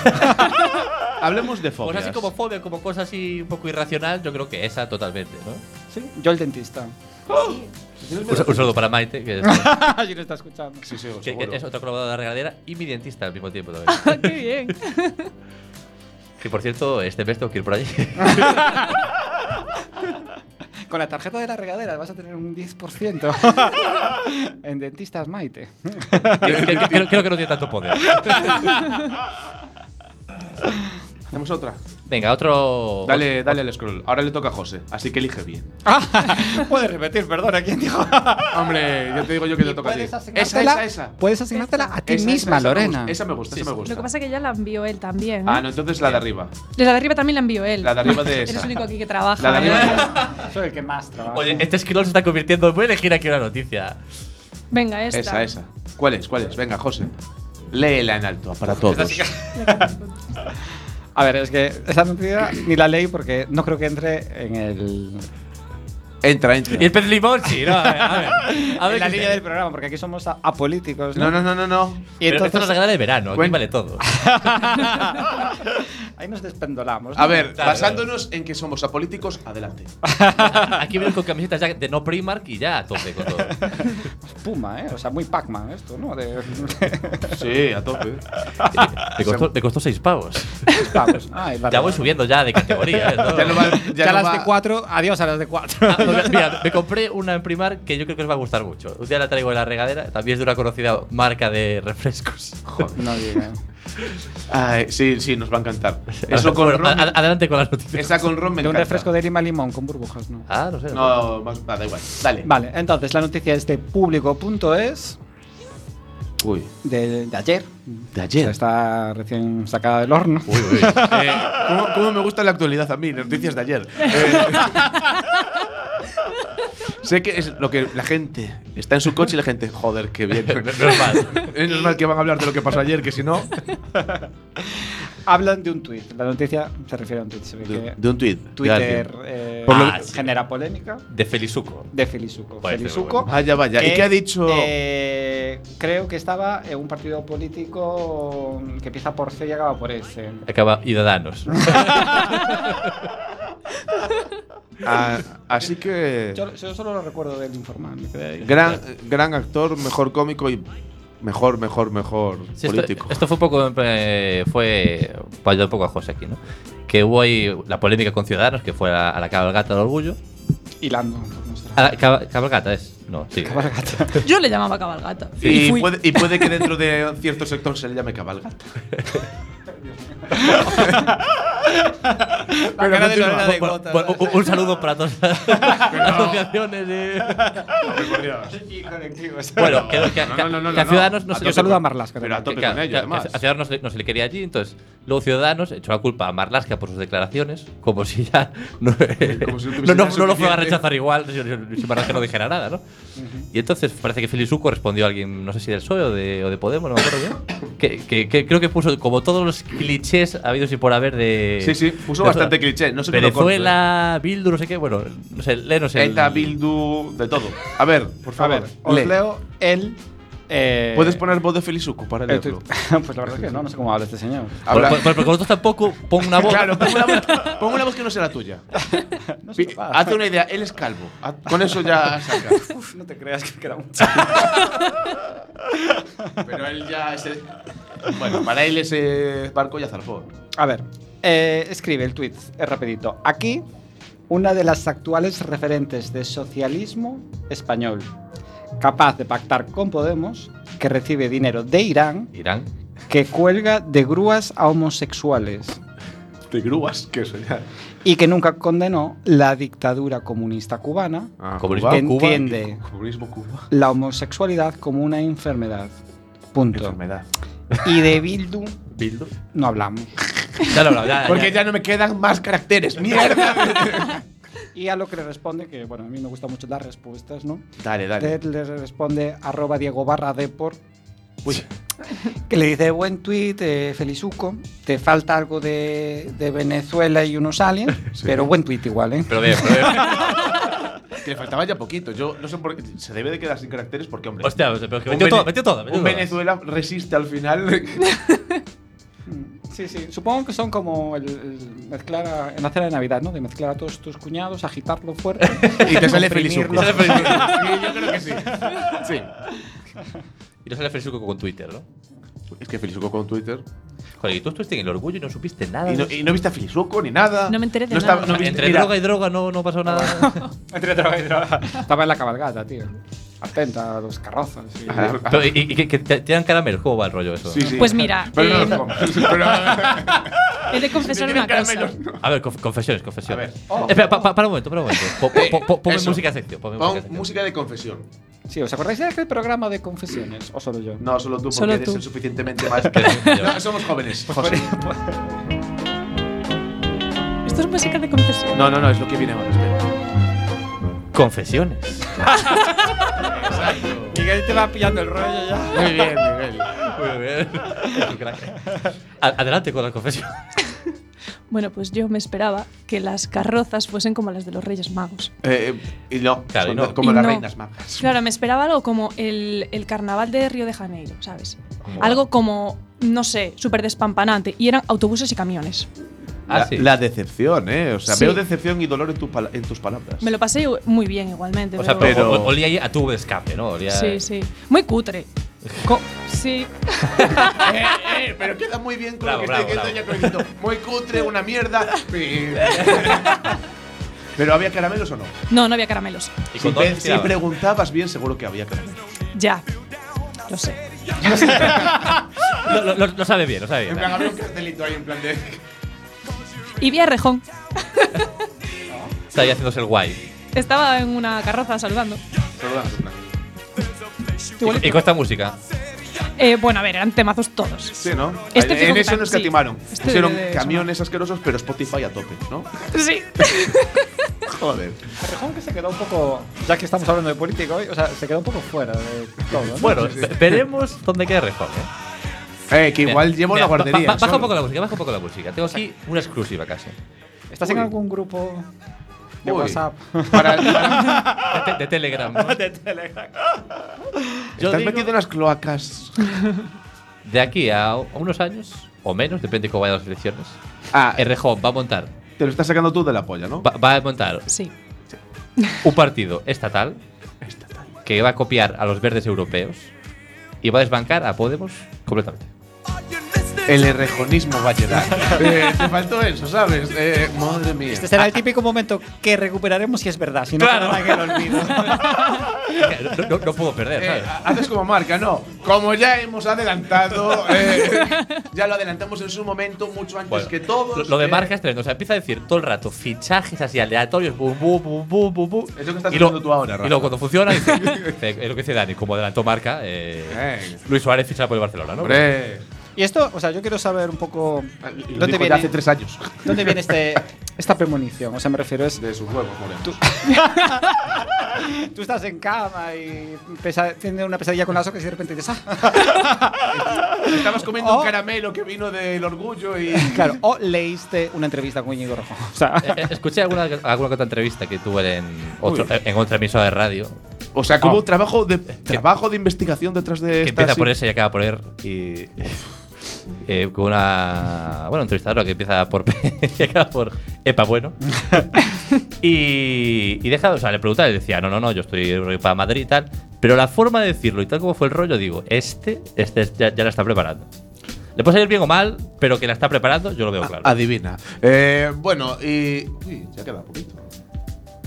D: Hablemos de fobias.
C: pues así como fobia, como cosa así un poco irracional, yo creo que esa totalmente, ¿no?
E: ¿Sí? Yo el dentista.
C: Un, un saludo para Maite, que es,
E: Yo no está escuchando.
D: Sí, sí,
C: Que- que
D: seguro.
C: es otra colaboradora de la regadera y mi dentista al mismo tiempo también.
F: Qué bien.
C: que por cierto, este mes tengo que ir por allí.
E: Con la tarjeta de la regadera vas a tener un 10% en dentistas Maite.
C: Que- que- que- creo, creo que no tiene tanto poder.
D: Hacemos otra.
C: Venga, otro.
D: Dale, dale al scroll. Ahora le toca a José, así que elige bien.
E: Puedes repetir, perdona, ¿quién dijo?
D: Hombre, ya te digo yo que te toca a ti. Esa,
E: asignártela-
D: esa, esa.
E: Puedes asignártela a ti
D: Esa, esa,
E: misma,
D: esa me
E: Lorena.
D: gusta, Esa me gusta, esa me gusta.
F: Lo que pasa es que ya la envió él también. ¿eh?
D: Ah, no, entonces la de arriba.
F: La de arriba también la envió él.
D: La de arriba de
F: Eres
D: esa.
F: el único aquí que trabaja.
D: La de
F: ¿eh?
D: arriba
E: Soy el que más trabaja.
C: Oye, este esquilón se está convirtiendo. Voy a elegir aquí una noticia.
F: Venga,
D: de
F: esta.
D: esa. Esa, esa. ¿Cuál es? ¿Cuál es? Venga, José. Léela en alto para todos.
E: A ver, es que esta noticia ni la leí porque no creo que entre en el
D: Entra, entra.
C: Y el pez limón, sí, no, a ver. A ver, A ver
E: en la
C: qué
E: línea
C: tal.
E: del programa porque aquí somos a- apolíticos, ¿no?
D: No, no, no, no, no.
E: Y
C: Pero esto es la
E: entonces
C: regadera de verano, aquí
D: Cuen-
C: vale todo.
E: Ahí nos despendolamos.
D: A
E: ¿no?
D: ver,
C: Claro.
D: basándonos en que somos apolíticos, adelante.
C: Aquí vienen con camisetas ya de no Primark y ya a tope con todo.
E: Puma, ¿eh? O sea, muy Pac-Man esto, ¿no? De,
D: Sí, a tope.
C: Te costó, te costó seis pavos.
E: Vamos. Ay, vale,
C: Ya voy
E: vale.
C: subiendo ya de categoría. ¿eh? No.
D: Ya no va- ya
E: Ya
D: no
E: las
D: va-
E: de cuatro, adiós a las de cuatro.
C: Ah, pues, mira, me compré una en Primark que yo creo que os va a gustar mucho. Un día la traigo de la regadera. También es de una conocida marca de refrescos.
E: No diga.
D: Ay, sí, sí, nos va a encantar. Eso con
C: Bueno,
D: ron,
C: a- a- adelante con las noticias.
D: esa con ron me
E: De un
D: encanta.
E: refresco de lima limón con burbujas, ¿no?
C: Ah, no sé.
D: No, más, ah, da igual. Dale.
E: Vale, entonces la noticia es de público.es
D: Uy.
E: de, de ayer.
D: De ayer.
E: O sea, está recién sacada del horno.
D: Uy, uy. Eh, ¿cómo, cómo me gusta la actualidad a mí? las Noticias de ayer. Eh, sé que es lo que la gente está en su coche y la gente, joder, qué bien.
C: Menos mal.
D: Es normal que van a hablar de lo que pasó ayer, que si no.
E: Hablan de un tuit. La noticia se refiere a un tuit. Se ve
D: De,
E: que
D: de un tweet.
E: Twitter eh,
D: Por lo-
E: ah, genera polémica
C: De Felizuco.
E: de Felizuco.
C: Parece muy
E: Felizuco.
C: bueno.
D: Vaya, vaya. Ah, ¿Y
E: que,
D: qué ha dicho?
E: eh, creo que estaba en un partido político que empieza por C y acaba por S.
C: Acaba Ciudadanos.
D: Ah, así que.
E: Yo, yo solo lo recuerdo del informal. me quedé ahí.
D: Gran, gran actor, mejor cómico y mejor, mejor, mejor
C: Sí, esto,
D: político.
C: esto fue un poco. eh, fue. Para ayudar un poco a José aquí, ¿no? Que hubo ahí la polémica con Ciudadanos, que fue a, a la cabalgata del orgullo.
E: Hilando. por nuestra-
D: Ah.
C: A la cab- cabalgata es. No, sí.
F: Yo le llamaba cabalgata.
D: Y,
F: fui.
D: puede, y puede que dentro de cierto sector se le llame cabalgata.
G: Pero continúa.
C: Bueno, bueno, un, un saludo para todas las asociaciones. eh. Bueno, que, que-
G: No, no, no, no,
C: que a
G: no.
C: Ciudadanos no,
D: A
C: se
E: Yo
D: tope
E: saludo
D: con-
E: a Marlaska.
D: Pero a
E: también.
D: tope
C: Que-
D: con
C: que-
D: ello,
C: que
D: además.
C: a Ciudadanos le- no se le quería allí, entonces luego Ciudadanos echó la culpa a Marlaska por sus declaraciones, como si ya no,
D: Como si no tuviese
C: no, no-
D: nada
C: no lo fuera a
D: suficiente.
C: rechazar igual si, si Marlaska no dijera nada, ¿no? Y entonces parece que Filizuco respondió a alguien, no sé si del PSOE o de, o de Podemos, no me acuerdo bien, que, que- que creo que puso como todos los clichés habidos y por haber de...
D: Sí, sí, puso
C: de-
D: bastante cliché, no sé qué lo corto,
C: Venezuela, Bildu, no sé qué, bueno, no sé, léenos el...
D: ETA, Bildu, de todo. A ver, por
E: A
D: favor.
E: ver, os
D: lee.
E: leo el. eh,
D: ¿Puedes poner voz de Felizuco para
E: el
D: leerlo?
E: tuit. pues la verdad es que no, no sé cómo habla este señor.
D: Habla-
C: Pero con nosotros tampoco, pon una voz...
D: Claro, pon una, voz, pon una voz que no sea la tuya.
E: No, sé,
D: Pi-
E: va,
D: Hazte una idea, él es calvo. Haz- Con eso ya saca.
E: no te creas que queda mucho.
D: Pero él ya es. el- Bueno, para él ese barco ya zarpó.
E: A ver, eh, escribe el tweet, es rapidito. Aquí, una de las actuales referentes de socialismo español, capaz de pactar con Podemos, que recibe dinero de Irán,
C: Irán.
E: que cuelga de grúas a homosexuales
D: Te grúas, que eso ya.
E: y que nunca condenó la dictadura comunista cubana,
D: Ah,
C: Comunismo
E: que
D: Cuba.
C: Cuba.
E: entiende
D: Comunismo Cuba.
E: la homosexualidad como una enfermedad. Punto.
D: Enfermedad.
E: Y de Bildu
C: Bildu.
E: no hablamos.
C: Ya lo he hablado, ya, ya.
D: Porque ya no me quedan más caracteres, mierda.
E: Y a lo que le responde, que bueno, a mí me gustan mucho las respuestas, ¿no?
D: dale,
E: Ted le responde arroba Diego barra Depor,
D: Uy,
E: que le dice buen tweet, eh, Felizuco, te falta algo de, de Venezuela y unos aliens, pero buen tweet igual, ¿eh?
C: Pero bien, pero bien.
D: que le faltaba ya poquito. Yo no sé por qué. Se debe de quedar sin caracteres porque, hombre.
C: Hostia, pues, pero que
D: un
C: metió
D: Vene-
C: todo, metió todo. metió
D: Un
C: todas.
D: Venezuela resiste al final.
E: Sí, sí, supongo que son como el, el mezclar a- en la cena de Navidad, ¿no? De mezclar a todos tus cuñados, agitarlo fuerte.
D: y te sale
E: Comprimirlo.
D: Felizuco. Sí, yo creo que sí. Sí.
C: Y no sale Fresco con Twitter, ¿no?
D: Es que Felizuco con Twitter.
C: Joder, y tú estuviste en el orgullo y no supiste nada.
D: Y no,
C: de
D: y no viste a Felizuco ni nada.
F: No me enteré de
D: No estaba-
F: nada.
C: eso.
D: no viste-
C: Entre
D: mira,
C: droga y droga no, no pasó nada.
E: Entre droga y droga. Estaba en la cabalgata, tío. Atenta a los carrozas. y-
C: Pero, ¿Y, y que, que te, te dan caramelos? ¿Cómo va el rollo eso?
D: Sí, sí.
F: Pues mira,
D: Pero no
F: eh,
D: los comas. Pero-
F: He de confesar una cosa.
C: A ver, conf- confesiones, confesiones.
D: A ver.
E: Oh.
C: Espera, pa- pa- para un momento, para un momento. Po- po- po- po- Ponme
D: Eso.
C: música sección. Ponme
D: Pon
C: música sección.
D: música de confesión.
E: Sí, ¿os acordáis de aquel programa de confesiones? ¿O solo yo?
D: No, solo tú, porque
F: Solo
D: eres
F: tú.
D: el suficientemente más.
C: Que- Pues
D: no, somos jóvenes. José.
F: Esto es música de confesión.
D: No, no, no, es lo que viene ahora. espera.
C: Confesiones.
E: Miguel te va pillando el rollo ya.
D: Muy bien, Miguel.
C: Muy bien. Un crack. A- Adelante con la confesión.
F: Bueno, pues yo me esperaba que las carrozas fuesen como las de los Reyes Magos.
D: Eh, y no,
C: Claro,
D: son
C: y no.
D: como
F: Y
D: las
F: no.
D: reinas magas.
F: Claro, me esperaba algo como el, el carnaval de Río de Janeiro, ¿sabes? Algo como, no sé, súper despampanante. Y eran autobuses y camiones.
C: Ah,
D: la,
C: sí.
D: la decepción, ¿eh? O sea,
F: Sí.
D: veo decepción y dolor en, tu pala- en tus palabras.
F: Me lo pasé muy bien igualmente.
C: O sea,
F: pero-
C: pero
D: Pero-
C: olía ahí a tubo de escape, ¿no? Olía-
F: Sí, sí. Muy cutre. Co- sí.
D: Eh, Pero queda muy bien con
C: Bravo,
D: lo que
C: bravo,
D: está diciendo
C: bravo.
D: ya con el grito, Muy cutre, una mierda. Pero había caramelos o no?
F: No, no había caramelos.
C: Y
D: Si,
C: con todo
D: pe-
C: se
D: si
C: tiraba.
D: preguntabas bien, seguro que había caramelos.
F: Ya. Lo sé.
C: lo, lo- lo- lo sabe bien, lo sabe bien.
G: había un cartelito ahí en plan de.
F: Y vi a Rejón.
C: Está ahí haciéndose el guay.
F: Estaba en una carroza saludando.
C: Y, y con esta música.
F: Eh, bueno, a ver, eran temazos todos.
D: Sí, ¿no?
F: Este fijo
D: en
F: que
D: eso
F: tal-
D: nos
F: sí.
D: catimaron.
F: Este
D: Pusieron
F: debe de
D: camiones asquerosos, pero Spotify a tope, ¿no?
F: Sí.
D: Joder.
E: Rejón que se quedó un poco, ya que estamos hablando de político hoy, o sea, se quedó un poco fuera de todo. ¿no?
C: Bueno,
E: Sí, sí.
C: ve- veremos dónde queda Rejón, ¿eh?
D: Eh, que igual llevo
C: Mira,
D: la guardería.
C: ba- ba- baja
D: solo.
C: un poco la música, baja un poco la música. Tengo aquí una exclusiva casi.
E: ¿Estás en
D: Uy.
E: algún grupo de
D: Uy.
E: WhatsApp?
D: Para- para-
C: De, te- de Telegram. ¿no? Yo
D: estás
C: digo-
D: metido en las cloacas.
C: De aquí a, a unos años, o menos, depende de cómo vayan las elecciones,
D: Ah,
C: Rejón va a montar,
D: te lo estás sacando tú de la polla, ¿no?
C: va, va a montar
F: Sí.
C: un partido estatal, que va a copiar a los verdes europeos y va a desbancar a Podemos completamente.
D: El errejonismo va a llegar. eh, te faltó eso, ¿sabes? Eh, madre mía.
E: Este será el típico momento que recuperaremos si es verdad, si no
C: Claro.
E: quedará en el olvido.
C: No, no- no puedo perder,
D: Eh,
C: ¿sabes?
D: haces como marca, no. Como ya hemos adelantado, eh, ya lo adelantamos en su momento, mucho antes
C: Bueno,
D: que todos.
C: lo, lo de
D: eh,
C: marca es tremendo. O sea, empieza a decir todo el rato fichajes así aleatorios, bum, bum, bum, bum, bum, bum.
D: Es lo que estás
C: Y luego-
D: haciendo tú ahora,
C: Y
D: Rafa.
C: luego cuando funciona, dice, dice, es lo que dice Dani, como adelantó marca, eh,
D: Eh,
C: Luis Suárez ficha por el Barcelona, ¿no?
D: hombre.
E: Y esto, o sea, yo quiero saber un poco
D: Lo
E: dónde
D: dijo
E: viene,
D: ya hace tres años.
E: dónde viene este, esta premonición. O sea, me refiero es
D: De sus huevos, morenos.
E: tú estás en cama y pesa- tienes una pesadilla con las hojas y de repente dices, ah,
D: Estabas comiendo
E: Oh.
D: un caramelo que vino del orgullo y.
E: claro, o leíste una entrevista con Íñigo Rojo. O sea,
C: Eh, eh, escuché alguna, alguna que otra entrevista que tuve en, otro-
D: Uy.
C: en otra emisora de radio
D: O sea, como un trabajo de, trabajo de investigación detrás de.
C: Oh. que
D: esta
C: empieza por
D: sí-
C: S y acaba por R. Y. eh, con una. Bueno, entrevistadora que empieza por P y acaba por Epa Bueno. y, y deja, o sea, le preguntaba y decía, no, no, no, yo estoy para Madrid y tal. Pero la forma de decirlo y tal como fue el rollo, digo, este, este es- ya, ya la está preparando. Le puede salir bien o mal, pero que la está preparando, yo lo veo claro.
D: Adivina. Eh, bueno, y. Uy, ya queda poquito.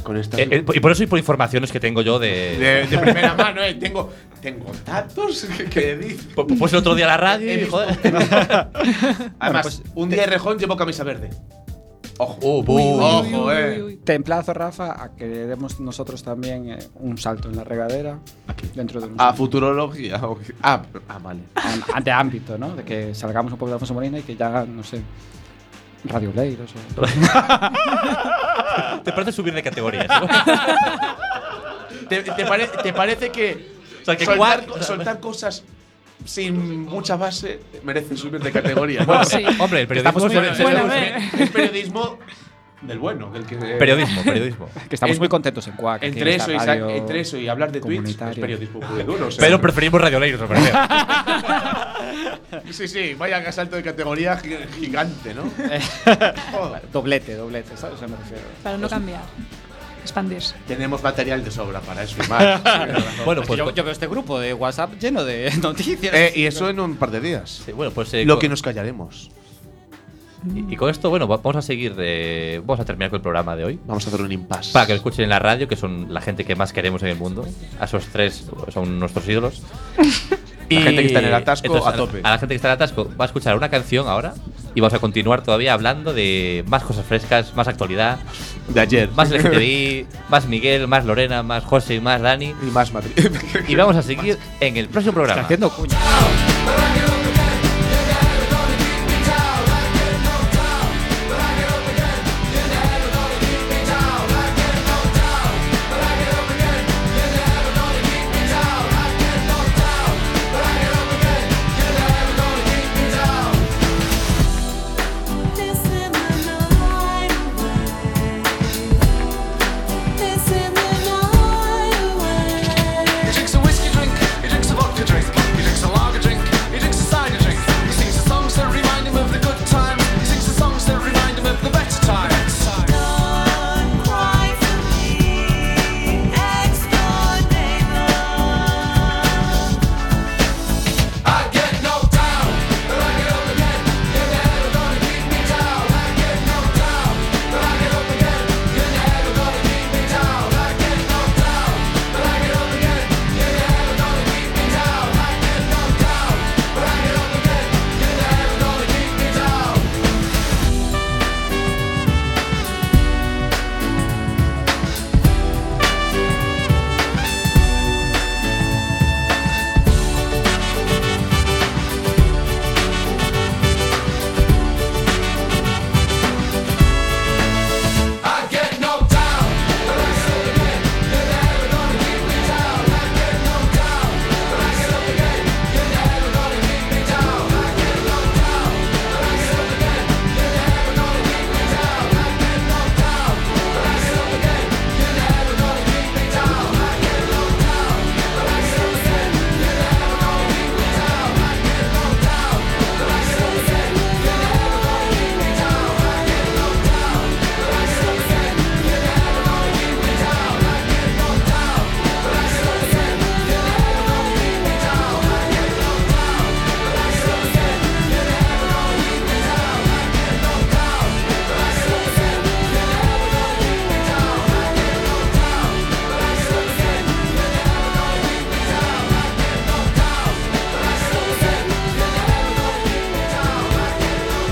D: Con esta.
C: Eh, pues- eh, y por eso y por informaciones que tengo yo de.
D: de, de primera mano, eh. Tengo, tengo datos que, que di-
C: Pu- pu- Puse el otro día a la radio
D: He
C: y
D: visto.
C: joder.
D: Em,
C: ¿eh?
D: Además,
E: pues,
D: un día de rejón llevo camisa verde. Ojo.
F: Uy, uy, Oh, uy,
D: Ojo,
F: uy,
D: eh.
F: uy.
E: te emplazo, Rafa, a que demos nosotros también eh, un salto en la regadera dentro de un
D: A futurología. ok. Ah, ah, vale.
E: a- de ámbito, ¿no? De que salgamos un poco de Alfonso Molina y que ya, no sé, Radio Leiros o...
C: Te parece subir de categoría. ¿no?
D: ¿Te, te pare- te parece que,
C: O sea, que cuar-
D: soltar, co- soltar cosas sin mucha base merece subir de categoria?
C: Bueno,
F: Sí.
C: eh, hombre, el periodismo
D: Estamos
C: es-
D: muy- eh.
C: es-
F: Bueno,
C: es-
F: a
D: es-
F: ver.
D: es periodismo del bueno, el que
C: Periodismo, periodismo.
E: Que estamos
D: En-
E: muy contentos en Cuac.
D: entre eso, y sa- entre eso y hablar de Twitch es
E: comunitaria.
D: periodismo puro y duro. o sea.
C: Pero preferimos Radio Leiros, al parecer.
D: sí, sí, vaya salto de categoría gi- gigante, ¿no? Joder.
E: Doblete, doblete, ¿sabes? O sea, me refiero. Pues,
F: Para no cambiar. Expandirse.
D: Tenemos material de sobra para eso y más.
C: Bueno,
E: Es que
C: pues,
E: yo, yo veo este grupo de WhatsApp lleno de noticias.
D: Eh, y eso en un par de días.
C: sí, bueno, pues, eh,
D: Lo
C: con-
D: que nos callaremos.
C: y, y con esto, bueno, va- vamos a seguir. eh, vamos a terminar con el programa de hoy.
D: Vamos a hacer un impasse.
C: Para que lo escuchen en la radio, que son la gente que más queremos en el mundo. A esos tres pues, son nuestros ídolos.
D: La gente que está en el atasco, a
C: la-
D: tope.
C: A la gente que está en el atasco va a escuchar una canción ahora y vamos a continuar todavía hablando de más cosas frescas, más actualidad,
D: De ayer.
C: más LGTBI, más Miguel, más Lorena, más José y más Dani.
D: y más Madrid.
C: Y vamos a seguir en el próximo programa.
E: haciendo cuña.
H: He drinks a whiskey drink, he drinks a vodka drink, he drinks a lager drink, he drinks a cider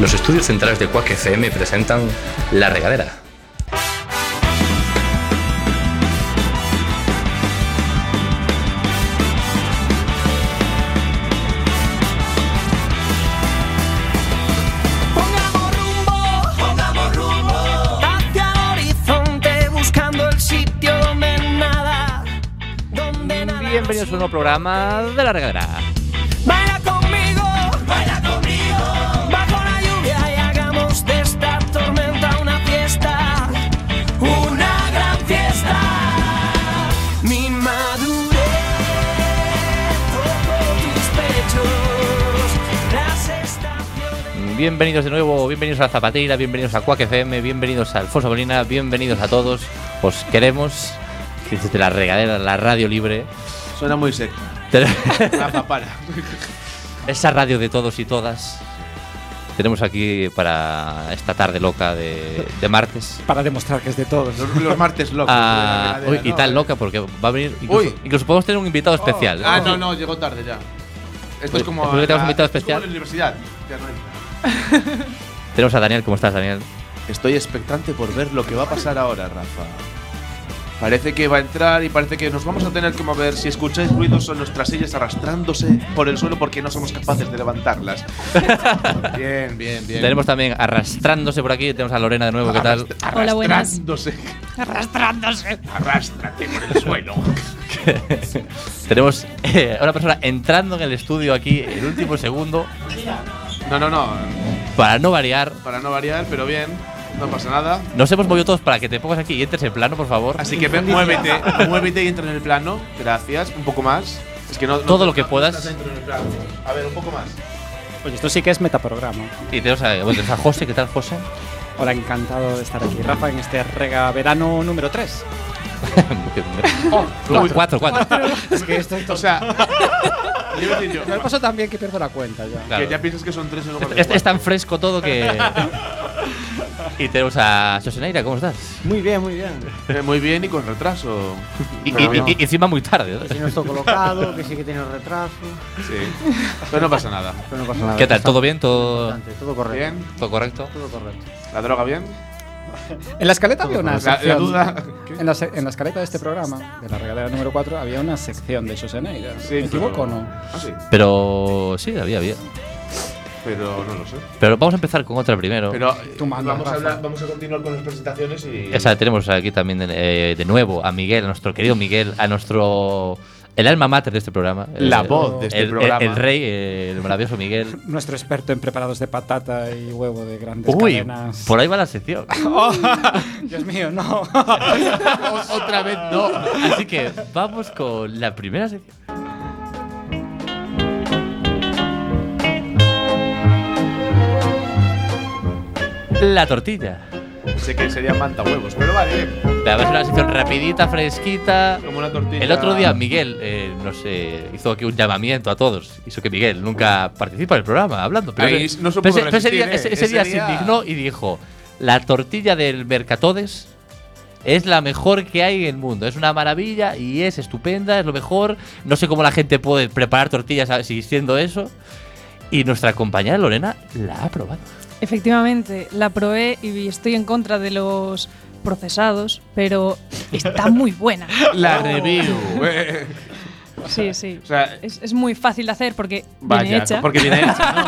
A: Los estudios centrales de Quack FM presentan La Regadera.
B: Pongamos rumbo, pongamos rumbo hacia el horizonte buscando el sitio donde nada, donde nada. nos
C: Bienvenidos a un nuevo programa de la regadera.
B: Baila conmigo, baila conmigo. Bajo la lluvia y hagamos de esta tormenta una fiesta, una gran fiesta. Mi madurez tocó tus pechos, las estaciones.
C: Bienvenidos de nuevo, bienvenidos a la Zapatera, bienvenidos a Quack FM, bienvenidos a Alfonso Molina, bienvenidos a todos. Os queremos. Que Desde la regadera, la radio libre.
D: Suena muy secta. Rafa, para.
C: Esa radio de todos y todas. Tenemos aquí para esta tarde loca de, de martes.
E: Para demostrar que es de todos.
D: Los, los martes locos.
C: Ah,
D: de la regadera,
C: uy, y
D: ¿no? eh.
C: tan loca porque va a venir. Incluso,
D: Uy.
C: incluso podemos tener un invitado especial.
D: Ah, no, no, llegó tarde ya. Esto
C: Uy,
D: es como.
C: ¿por qué
D: la-
C: tenemos invitado
D: esto es como
C: especial?
D: la universidad. Ya no entra.
C: Tenemos a Daniel, ¿cómo estás, Daniel?
D: Estoy expectante por ver lo que va a pasar ahora, Rafa. Parece que va a entrar y parece que nos vamos a tener que mover. Si escucháis ruidos, son nuestras sillas arrastrándose por el suelo porque no somos capaces de levantarlas. bien, bien, bien.
C: Tenemos también arrastrándose por aquí, tenemos a Lorena de nuevo, ¿qué tal?
F: Hola, buenas.
D: Arrastrándose.
F: Arrastrándose.
D: Arrástrate por el suelo.
C: Tenemos eh, a una persona entrando en el estudio aquí el último segundo,
D: No, no, no.
C: para no variar.
D: Para no variar, pero bien. No pasa nada.
C: Nos hemos movido todos para que te pongas aquí y entres en plano, por favor.
D: Así que ve, muévete, muévete y entra en el plano. Gracias. Un poco más. Es que no, no-
C: Todo lo que
D: no
C: puedas.
D: estás dentro del plano. A ver, un poco más.
E: Oye, Pues esto sí que es metaprograma.
C: Y tenemos a, bueno, tenemos a José, ¿qué tal, José?
E: Hola, encantado de estar aquí, Rafa, en este rega verano número 3.
D: Oh,
C: No, cuatro, cuatro.
E: Es que esto,
D: O sea, yo iba a decir yo,
E: me pasó tan bien que pierdo la cuenta ya.
C: Claro.
D: que ya piensas que son tres y luego
C: Es,
D: cuatro.
C: es tan fresco todo que. Y tenemos a Soseneira, ¿cómo estás?
E: Muy bien, muy bien.
D: Eh, Muy bien y con retraso.
C: Y,
D: Pero
C: y-
D: no,
C: y- y encima muy tarde. ¿no?
H: Si no estoy colocado, que sí que tiene retraso,
D: sí. Pero no pasa nada.
H: pero no pasa nada.
C: ¿Qué tal? ¿Todo bien? ¿Todo,
H: Importante, Todo correcto.
D: Bien,
C: todo correcto?
H: Todo correcto.
D: la droga bien.
E: En la escaleta había una
D: La, la
E: sección.
D: duda.
E: En la, se- en la escaleta de este programa, de la regadera número 4, había una sección de Soseneida.
D: Sí,
E: ¿Me equivoco o
D: pero-
E: no?
D: Ah, sí,
C: Pero sí, había, había.
D: pero no lo sé.
C: Pero vamos a empezar con otra primero.
D: Pero eh,
E: Tú manda,
D: vamos, a
E: Rafa.
D: hablar- vamos a continuar con las presentaciones y.
C: Esa, tenemos aquí también eh, de nuevo a Miguel, a nuestro querido Miguel, a nuestro. El alma mater de este programa.
D: La
C: El-
D: voz de este
C: el- el-
D: programa.
C: El, rey, eh, el maravilloso Miguel.
E: Nuestro experto en preparados de patata y huevo de grandes
C: Uy,
E: cadenas.
C: por ahí va la sección.
E: Dios mío, no.
D: O- otra vez
C: No,
D: no.
C: así que vamos con la primera sección. La tortilla.
D: Sé que sería manta huevos, pero vale.
C: La verdad es una sección rapidita, fresquita.
D: Como una tortilla.
C: El otro día Miguel eh, nos eh, hizo aquí un llamamiento a todos. Hizo que Miguel nunca participa en el programa hablando. Pero
D: Ahí
C: ese,
D: no se
C: pero
D: pudo
C: ese- pero ese
D: resistir,
C: día,
D: ¿eh?
C: ese- ese
D: Ese
C: día
D: día-
C: se indignó y dijo: La tortilla del Mercatodes es la mejor que hay en el mundo. Es una maravilla y es estupenda, es lo mejor. No sé cómo la gente puede preparar tortillas existiendo eso. Y nuestra compañera Lorena la ha probado.
F: Efectivamente, la probé y estoy en contra de los procesados, pero está muy buena.
D: La review.
F: Sí, sí.
D: o sea,
F: Es, es muy fácil de hacer porque
D: vaya,
F: viene hecha.
D: porque viene hecha. ¿no?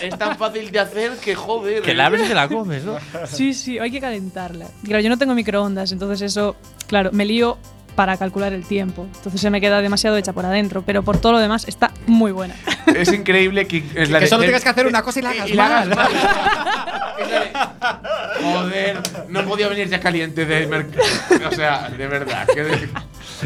D: es tan fácil de hacer que joder.
C: Que la abres y te la comes, ¿no?
F: Sí, sí, hay que calentarla. Claro, yo no tengo microondas, entonces eso, claro, me lío para calcular el tiempo. Entonces se me queda demasiado hecha por adentro, pero por todo lo demás está muy buena.
D: Es increíble que. Es la
E: que
D: de-
E: solo
D: de-
E: tengas que hacer una cosa eh, y la hagas mal.
D: Joder, no podía venir ya caliente de mercado. O sea, de verdad. Que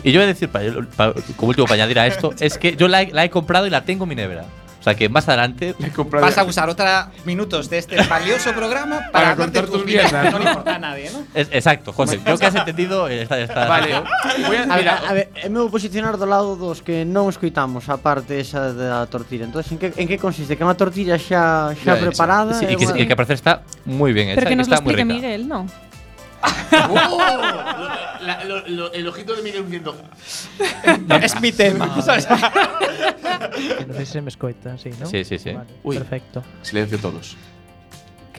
C: Y yo voy a decir, para, para- como último para añadir a esto, es que yo la he, la he comprado y la tengo en mi nevera. O sea que más adelante.
D: le
E: Vas a usar otra minutos de este valioso programa para,
D: Para
E: hablar de
D: contar tus
E: vidas,
D: mierdas,
E: que No
D: ¿no?
E: le importa a nadie, ¿no?
C: Es- exacto, José. Creo que has entendido eh, esta. esta
D: Vale.
F: Ah,
D: Voy a,
H: A ver,
D: mira,
H: a, a ver, eu me vou posicionar do lado dos que non escoitamos a parte esa da tortilla. Entón, en que, en que consiste? Que é unha tortilla xa,
D: Ya,
H: xa preparada
C: Sí,
H: e
C: y, que,
H: unha-
C: y que al parecer está muy bien hecha.
F: Pero
C: y
F: que nos
C: está
F: lo
C: muy
F: explique
C: rica.
F: Miguel, ¿no?
D: ¡Oh! La- lo- lo- el ojito de Miguel diciendo.
E: es mi tema. ¿sabes?
I: No sé si se me escoita, sí, ¿no?
C: Sí, sí, sí.
I: Vale,
D: Uy.
I: Perfecto.
D: Silencio todos.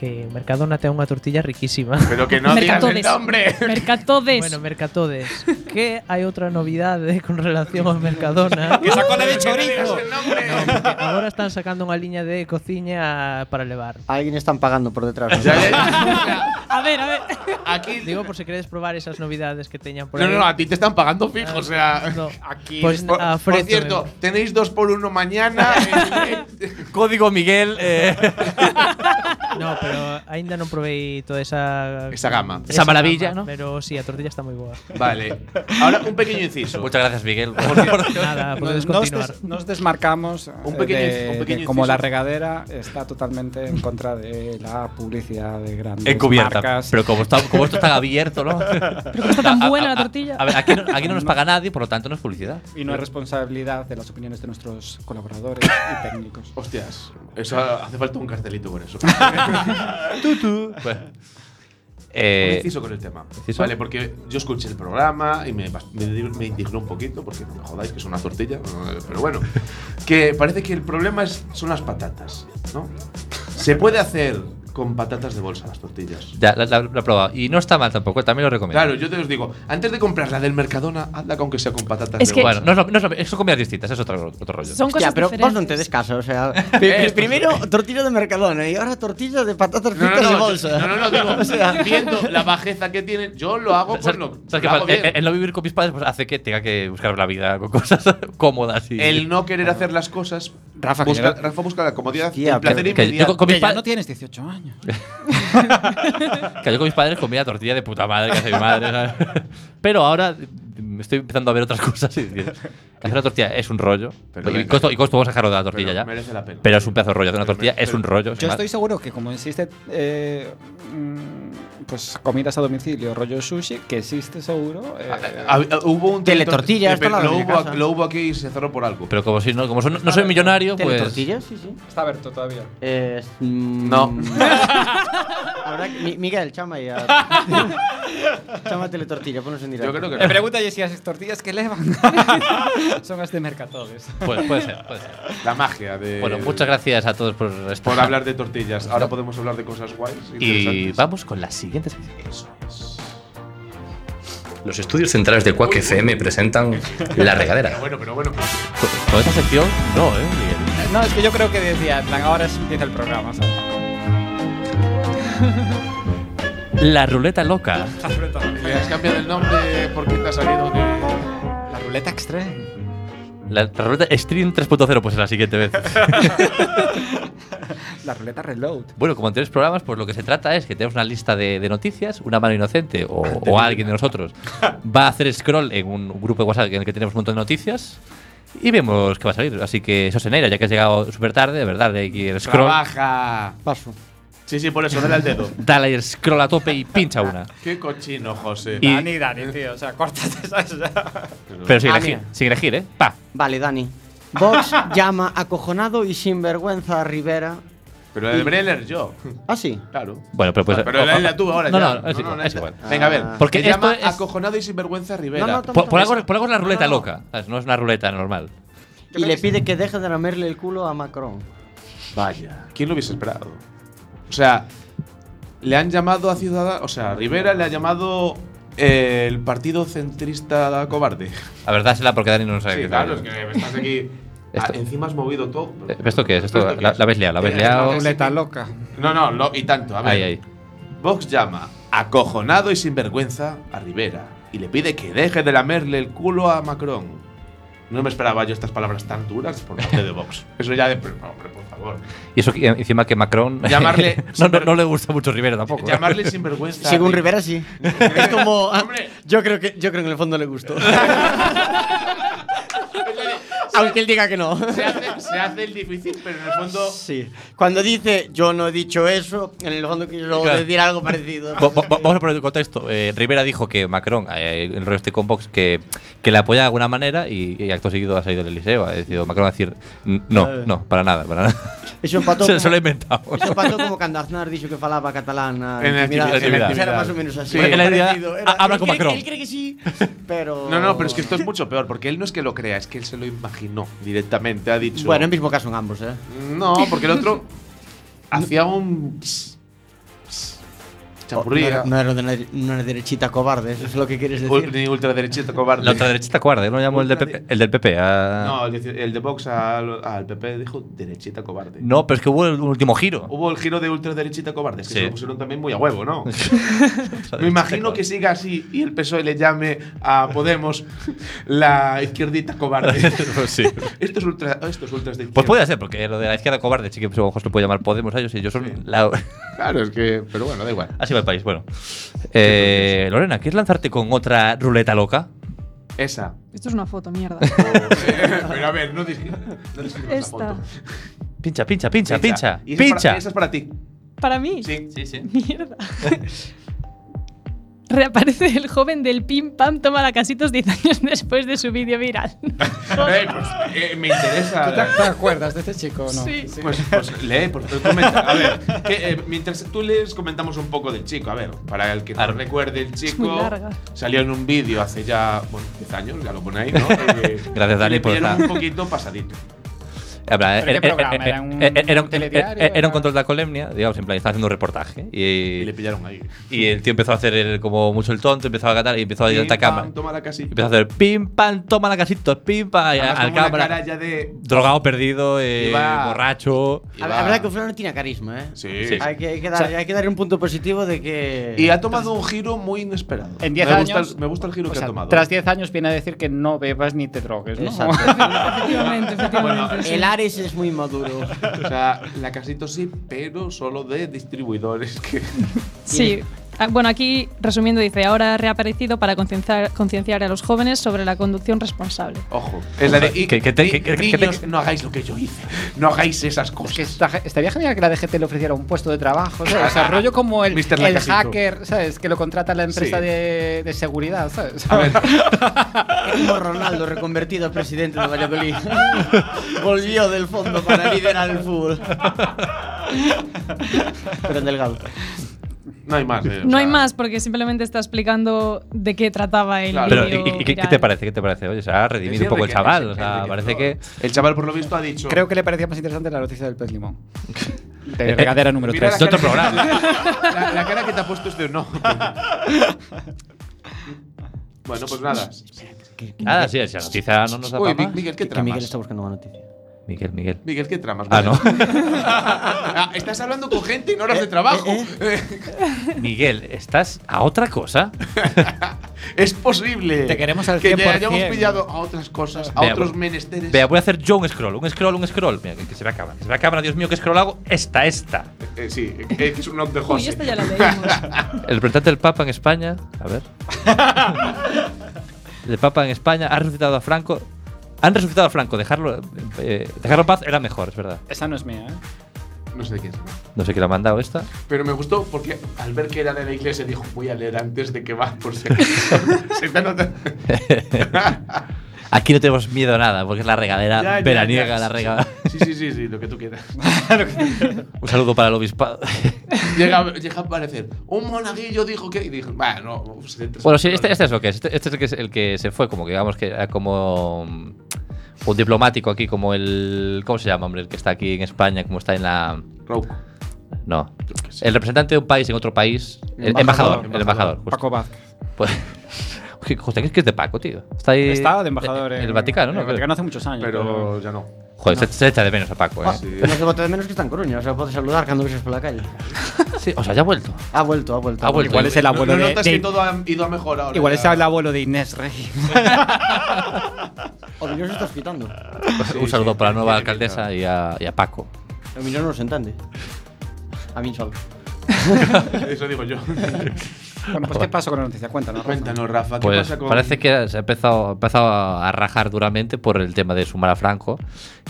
I: que Mercadona ten unha tortilla riquísima.
D: Pero que no digas el
F: Mercatodes.
D: nombre.
F: Mercatodes.
I: Bueno, Mercatodes. que hai outra novidade con relación ao Mercadona?
J: Que sacó la de
D: digas
J: chorizo.
D: el nombre.
I: Porque agora están sacando unha liña de cociña para levar.
H: Alguien están pagando por detrás. ¿no?
D: Ya, ya.
F: a ver, a ver.
D: Aquí.
I: Digo por se queredes probar esas novidades que teñan por
D: No,
I: aí.
D: no, no, a ti te están pagando fijo,
I: Ah,
D: o sea.
I: no.
D: Aquí.
I: Pues,
D: por,
I: ah,
D: por
I: Fred,
D: cierto,
I: también.
D: tenéis dos por uno mañana. eh, eh,
C: Código Miguel. eh,
I: No, pero aínda non provei toda esa
D: Esa gama.
C: Esa maravilla, ¿no?
I: Pero sí, a tortilla está moi boa.
D: vale. Ahora un pequeño inciso.
C: Muchas gracias, Miguel. por-
I: Nada, podedes
E: Nos, des-
I: continuar.
E: nos desmarcamos eh,
D: Un pequeño
E: de-
D: inci- un
E: de
D: pequeño
E: como
D: inciso.
E: la regadera está totalmente en contra de la publicidad de grandes
C: Encubierta.
E: marcas.
C: Pero como, está, como esto está abierto, ¿no?
F: Pero está tan buena la tortilla.
C: A ver, aquí no, aquí no nos paga nadie, por lo tanto no es publicidad.
E: y no es responsabilidad de las opiniones de nuestros colaboradores y técnicos.
D: Hostias. Eso hace falta un cartelito con eso. Un
C: Eh,
D: inciso con el tema.
C: ¿Inciso?
D: Vale, porque yo escuché el programa y me, bas- me di- me indignó un poquito, porque no me jodáis, que es una tortilla. eh, Pero bueno, que parece que el problema es, son las patatas, ¿no? Se puede hacer con patatas de bolsa las tortillas.
C: ya, la, la- la he probado. Y no está mal tampoco, también lo recomiendo.
D: Claro, yo te os digo, antes de comprar la del Mercadona, hazla con que sea con patatas
F: Es
D: de
F: que-
D: bolsa.
C: Bueno, no es lo- no es lo- son comidas distintas, es otro, otro rollo.
F: Son cosas
H: Hostia, pero vos
F: diferentes.
H: no te des caso, o sea. pri- primero tortilla de Mercadona y ahora tortilla de patatas
D: No, no,
H: fritas
D: no,
H: de
D: yo-
H: bolsa.
D: no, no, no, digo,
H: O sea,
D: viendo la bajeza que tienen, yo lo hago por
C: ¿Sabes-
D: lo,
C: sabes qué
D: pues lo hago
C: pasa? Eh, el,
D: bien.
C: el no vivir con mis padres pues, hace que tenga que buscar la vida con cosas cómodas. Y,
D: El no querer hacer las cosas.
E: Rafa, que
D: busca,
E: ya-
D: Rafa busca la comodidad,
H: Hostia,
D: el placer
H: pero-
C: que yo
D: inmediato.
C: con mis
E: Que ya
C: pa-
E: no tienes 18 años.
C: que yo con mis padres comía tortilla de puta madre que hace mi madre. ¿sabes? Pero ahora me estoy empezando a ver otras cosas y decir, hacer una tortilla es un rollo.
D: Pero
C: y,
D: venga.
C: costo, y costo vamos a dejarlo de la tortilla
D: Pero
C: ya.
D: merece la pena.
C: Pero es un pedazo de rollo. Hacer una
D: Pero
C: tortilla
D: merece-
C: es un rollo.
E: Yo estoy seguro que como existe eh, mm, pues comidas a domicilio, rollo sushi, que existe seguro. eh,
D: Ah, ah, hubo un
H: Teletortillas,
D: teletor-
H: esto
D: lo,
H: lo de
D: hubo,
H: casa.
D: lo hubo aquí y se cerró por algo.
C: Pero como, si no, como son- no soy millonario,
H: ¿Tiene
C: pues.
H: tortillas? Sí, sí.
E: está abierto todavía.
H: Eh, mm,
D: No.
H: Habrá que- Mi- Miguel, chama ya. chama teletortilla, ponos en directo.
D: Yo creo que
E: Me
D: no.
E: pregunta yo si las tortillas que levan son las de mercatodes.
C: pues, Puede, puede ser, puede ser.
D: la magia de.
C: Bueno, muchas gracias a todos por estar.
D: Por hablar de tortillas. Ahora podemos hablar de cosas guays.
C: Y
D: interesantes.
C: vamos con la siguiente sección.
A: Los estudios centrales de Quack FM presentan La Regadera.
D: Bueno, pero bueno. pues,
C: Con- Con esta sección, no, ¿eh, Miguel?
E: No, es que yo creo que decía, en plan, ahora sí empieza el programa. ¿sabes?
C: La ruleta loca.
D: Le eh, has cambiado el nombre porque te ha salido de.
E: La ruleta extreme.
C: La, la ruleta Stream 3.0, pues es la siguiente vez.
E: La ruleta reload.
C: bueno, como en anteriores programas, pues lo que se trata es que tenemos una lista de, de noticias, una mano inocente o, o alguien de nosotros va a hacer scroll en un grupo de WhatsApp en el que tenemos un montón de noticias y vemos qué va a salir. Así que, Soseneira, ya que has llegado súper tarde, de verdad, de aquí el scroll.
D: Trabaja.
H: Paso.
D: Sí, sí, por eso, dale al dedo.
C: Dale ahí el scroll a tope y pincha una.
D: Qué cochino, José.
C: Y-
E: Dani, Dani, tío, o sea, córtate ¿sabes?
C: Pero sin
H: Ah,
C: elegir,
H: mira.
C: sin elegir, ¿eh? Pa.
H: Vale, Dani. Vox llama acojonado y sinvergüenza a Rivera.
D: Pero el debería leer yo.
H: Ah, sí.
D: Claro.
C: Bueno, pero pues.
D: Ah, Pero la la tú ahora
C: No,
D: ya.
C: no, es- es
D: esta.
C: igual.
D: Venga, a ver.
C: Porque
D: Se Ah. llama
C: esto es-
D: acojonado y sinvergüenza Rivera.
H: No, no, toma,
C: Por, por
H: toma.
C: algo, por algo es la ruleta
H: No, no.
C: loca. ¿sabes? No es una ruleta normal.
H: Y le pide que deje de lamerle el culo a Macron.
D: Vaya. ¿Quién lo hubiese esperado? O sea, le han llamado a Ciudadanos. O sea, Rivera le ha llamado eh, el partido centrista cobarde.
C: A ver, dásela porque Dani no sabe qué
D: claro, es
C: tal.
D: que estás aquí. Ah,
C: Esto-
D: encima has movido todo.
C: Eh, ¿Esto qué es? Esto,
D: ¿Esto qué
C: la,
D: es?
C: la habéis liado, la habéis
D: Eh,
C: liado.
D: no,
E: Ruleta loca.
D: No, no, lo- y tanto. A ver.
C: Ahí, ahí.
D: Vox llama acojonado y sinvergüenza a Rivera y le pide que deje de lamerle el culo a Macron. No me esperaba yo estas palabras tan duras por parte de Vox. Eso ya de. Pero, hombre, por favor.
C: Y eso que- encima que Macron.
D: Llamarle-
C: no, no, no le gusta mucho Rivera tampoco. ¿eh?
D: Llamarle sinvergüenza. a
H: Según
D: Rivera-
H: Rivera, sí. es como. ah,
D: Hombre.
H: yo, creo que, yo creo que en el fondo le gustó. Aunque él diga que no.
D: Se hace, se hace el difícil, pero en el fondo.
H: Sí. Cuando dice yo no he dicho eso, en el fondo quiero
C: Claro.
H: decir algo parecido.
C: Vo- vo- Vamos a poner en contexto. Eh, Rivera dijo que Macron, eh, el rollo este con Vox, que, que le apoya de alguna manera y, y acto seguido ha salido del Eliseo. Ha decidido Macron a decir: No, no, para nada, para nada.
H: Eso empató.
C: Se,
H: como-
C: se lo ha inventado.
H: Eso pasó como cuando Aznar dijo que falaba catalán na
D: En la
H: intimidade.
D: actividade.
C: En la
H: Pois
D: actividade.
H: Era más o menos
D: Sí.
H: así.
D: En
C: la actividade,
H: Parecido, era-
C: habla
H: él
C: con
H: cree-
C: Macron.
H: Él cree que sí, pero...
D: No, no, pero es que esto es mucho peor, porque él no es que lo crea, es que él se lo imaginó directamente. Ha dicho.
H: Bueno, en mismo caso en ambos, eh.
D: No, porque el otro hacía un. champurría.
H: No, era- no era una, una derechita cobarde, eso es lo que quieres
D: ul-
H: decir.
D: ni ultraderechista cobarde.
C: La otra derechita cobarde, ¿eh? no lo llamo el, del PP, el del PP. ah.
D: No, el, de- el de Vox al, al PP dijo derechita cobarde.
C: No, pero es que hubo un último giro.
D: Hubo el giro de ultraderechita cobarde, es que
C: Sí.
D: se lo pusieron también muy a huevo, ¿no? Me imagino que siga así y el PSOE E le llame a Podemos la izquierdita cobarde.
C: pues sí.
D: Esto es ultra, esto es ultras de izquierda.
C: Pues puede ser, porque lo de la izquierda cobarde, sí que pues, a lo mejor se lo puede llamar Podemos a ellos y ellos son la-
D: Claro, es que. Pero bueno, da igual.
C: Así va el país, bueno. Eh, Lorena, ¿quieres lanzarte con otra ruleta loca?
D: Esa.
F: Esto es una foto, mierda.
D: pero a ver, no, dis- no discriminas la
F: Esta.
D: foto.
C: Pincha, pincha, pincha, pincha.
D: Y esa es
C: Pincha.
D: para- esa es para ti.
F: Para mí.
D: Sí.
C: Sí, sí.
F: Mierda. Reaparece el joven del pim pam toma la casitos 10 años después de su vídeo viral.
D: Eh, pues, eh, me interesa.
E: ¿Tú te, te acuerdas de este chico o no?
F: Sí.
D: Pues, pues lee, por favor, comenta. A ver, que, eh, mientras tú lees, comentamos un poco del chico. A ver, para el que no
C: Ar-
D: recuerde, el
F: muy
D: chico
F: larga.
D: salió en un vídeo hace ya, bueno, 10 años, ya lo pone ahí, ¿no? Eh,
C: Gracias, Dani,
D: Le
C: por
D: pillaron
C: estar.
D: un poquito pasadito.
C: Habla,
E: ¿Pero
C: eh,
E: qué
C: eh,
E: programa?
C: eh,
E: ¿Era un
C: eh, eh, era un-
E: telediario?
C: eh, eh, era un
E: ¿Era-
C: control de la colemnia, digamos, en plan, estaba haciendo un reportaje.
D: Y
C: Y,
D: le pillaron ahí.
C: y el tío empezó a hacer el- como mucho el tonto, empezó a gatar y empezó a ir a
D: Pim,
C: esta cámara.
D: pam, Toma la
C: Y
D: casita.
C: Empezó a hacer pim, pam, toma la casita, pim, pam, y a-
D: Además,
C: al
D: con una
C: cámara.
D: cara ya de.
C: Drogado, perdido, eh,
D: Iba-
C: borracho.
H: La
D: Iba-
H: verdad que Fulano tiene carisma, ¿eh?
D: Sí.
C: Sí.
H: Hay que, hay que dar, hay que darle un punto positivo de que.
D: Y ha tomado un giro muy inesperado.
E: En 10
D: Me gusta
E: años-
D: el- me gusta el giro
E: O
D: que
E: sea,
D: ha tomado.
E: tras 10 años viene a decir que no bebas ni te drogues, ¿no?
H: Exacto.
F: Efectivamente, efectivamente. sí.
H: El Ares es muy maduro.
D: O sea, la casito sí, pero solo de distribuidores que.
F: Sí. Ah, Bueno, aquí resumiendo dice, ahora ha reaparecido para concienciar, concienciar a los jóvenes sobre la conducción responsable.
D: Ojo. Es la de. y-
C: Que- que te-
D: y-
C: que- que- que te-
D: niños, no hagáis lo que yo hice. No hagáis esas
E: Es que
D: cosas.
E: esta- estaría genial que la DGT le ofreciera un puesto de trabajo, ¿sabes? O sea, rollo como el,
D: Mister
E: el
D: Lacasito.
E: hacker, ¿sabes? Que lo contrata la empresa
D: Sí.
E: de, de seguridad, ¿sabes?
H: Es como Ronaldo reconvertido a presidente de Valladolid. Volvió del fondo para liderar el fútbol. Pero en delgado.
D: No hay más. eh, o
F: No hay
D: sea,
F: más porque simplemente está explicando de qué trataba el
D: Claro.
C: Pero,
F: vídeo
C: ¿y, y- y qué- qué
F: viral.
C: te parece? ¿Qué te parece? Oye, se ha
D: es
C: redimido un poco el chaval. O
D: enriquecedor,
C: sea, parece que.
D: enriquecedor. El chaval, por lo visto, ha dicho.
E: Creo que le parecía más interesante la noticia del pez limón. De regadera número
D: Mira la
E: 3.
C: tres.
D: cara
C: Otro
D: que- La, la cara que te ha puesto es de no. bueno, pues nada.
C: Nada, sí, si la noticia Ah, no nos da
D: Uy,
C: pa'
D: Mi-
C: más.
D: Miguel, ¿qué
H: Que Miguel
D: tramas?
H: está buscando una noticia.
C: Miguel, Miguel.
D: Miguel, ¿qué tramas?
C: Ah, no. Eh,
D: Ah, Estás hablando con gente en horas de trabajo.
C: Miguel, ¿estás a otra cosa?
D: Es posible.
E: Te queremos al
D: Que le
E: 100%.
D: hayamos pillado a otras cosas, a
C: Vea,
D: otros
C: bu-
D: menesteres.
C: Vea, voy a hacer yo un scroll, un scroll, un scroll. Mira, que, que se me acaba. Que se me acaba, Dios mío, ¿qué scroll hago? Esta, esta.
D: Eh, sí, eh, que es un knock de
F: Uy,
D: José.
F: esta ya la leímos.
C: El representante del Papa en España. A ver. El Papa en España ha resucitado a Franco. Han resucitado a Franco. Dejarlo, eh, dejarlo en paz era mejor, es verdad.
E: Esa no es mía, ¿eh?
D: No sé de quién es.
C: No sé quién la ha mandado esta.
D: Pero me gustó porque al ver que era de la iglesia dijo, voy a leer antes de que va por si acaso". Se está notando.
C: Aquí no tenemos miedo a nada, porque es la regadera
D: Ya, ya,
C: veraniega,
D: ya.
C: la regadera.
D: Sí, sí, sí, sí, lo que tú quieras.
C: Un saludo para el obispado.
D: Llega, llega a aparecer. Un monaguillo dijo que. Y dijo, bueno, no. pues se entra-
C: bueno, sí, este, este es lo que es. Este, este es el que, es el que se fue, como que digamos que era como mm, un diplomático aquí, como el. ¿Cómo se llama, hombre? El que está aquí en España, como está en la.
D: Rauco.
C: No.
D: Yo qué sé.
C: El representante de un país en otro país. El embajador. El embajador. justo.
E: Paco Vázquez.
C: Pues, Oye, José, ¿qué es que es de Paco, tío? Está ahí.
E: Estaba de embajador
C: en
E: en
C: el Vaticano, ¿no?
E: En el Vaticano hace muchos años.
D: Pero ya no.
C: Joder, se, se echa de menos a Paco, ¿eh?
D: Ah, Sí.
H: No se vota de menos que está en Coruña, o sea, puedes saludar cuando vayas por la calle.
C: Sí, o sea, ya ha vuelto.
H: Ha vuelto, ha vuelto.
C: Ha vuelto.
E: Igual es el
D: No,
E: abuelo
D: no
E: de,
D: notas
E: de-
D: que todo ha ido a mejor ahora.
E: Igual es
D: ya.
E: el abuelo de Inés Rey.
H: O Millón se está quitando. O
D: Sí,
C: Un saludo
D: sí,
C: para la nueva
D: tiene
C: alcaldesa y a, y a Paco.
H: Millón no se entiende. A mí solo.
D: pinta. Eso digo yo.
E: Bueno, pues ¿qué pasó con la noticia? Cuéntanos. Rafa.
D: Cuéntanos, Rafa, ¿qué
C: Pues
D: pasa con.
C: parece que se ha empezado, ha empezado a rajar duramente por el tema de sumar a Franco.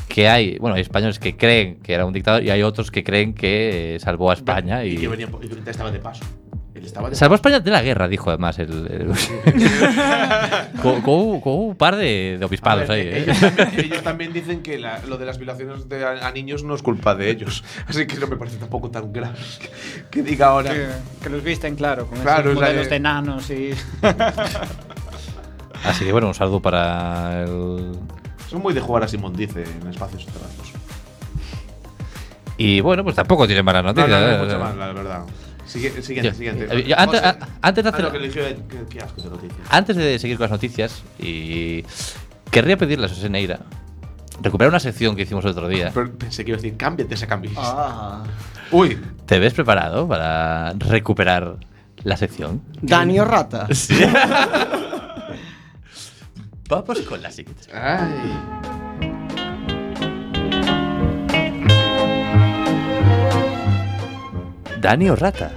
C: Que hay, bueno, hay españoles que creen que era un dictador y hay otros que creen que eh, salvó a España.
D: Y que
C: Y,
D: venía po- y que estaba de paso. Él estaba de
C: salvó a España de la guerra, dijo además. El, el- con, con un, con un par de, de
D: A
C: obispados
D: ver,
C: ahí, ¿eh?
D: ellos, también, ellos también dicen que la- lo de las violaciones de a, a niños no es culpa de ellos. Así que no me parece tampoco tan grave que, que diga ahora.
E: Que, que los visten, claro, con
D: Claro,
E: esos
D: o sea,
E: modelos
D: eh.
E: de enanos y...
C: Así que bueno, un saludo para el,
D: Son muy de jugar a Simón dice en espacios cerrados.
C: Y bueno, pues tampoco tiene mala
D: No,
C: noticia.
D: no, no,
C: ¿eh?
D: mucho más, la verdad. Sigue- siguiente,
C: Yo.
D: siguiente.
C: Eh, yo, antes-
D: José.
C: a- antes de
D: Ah, no,
C: hacer- Ah.
D: que eligió Ed. Qué- qué asco de noticias.
C: Antes de seguir con las noticias, y querría pedirle a José Neira recuperar una sección que hicimos el otro día.
D: Pero Pensé que iba a decir, cámbiate esa cambio.
H: Ah.
D: Uy,
C: ¿Te ves preparado para recuperar la sección?
H: Dani o Rata.
C: Sí. Vamos con la siguiente.
D: ay.
C: Dani o Rata.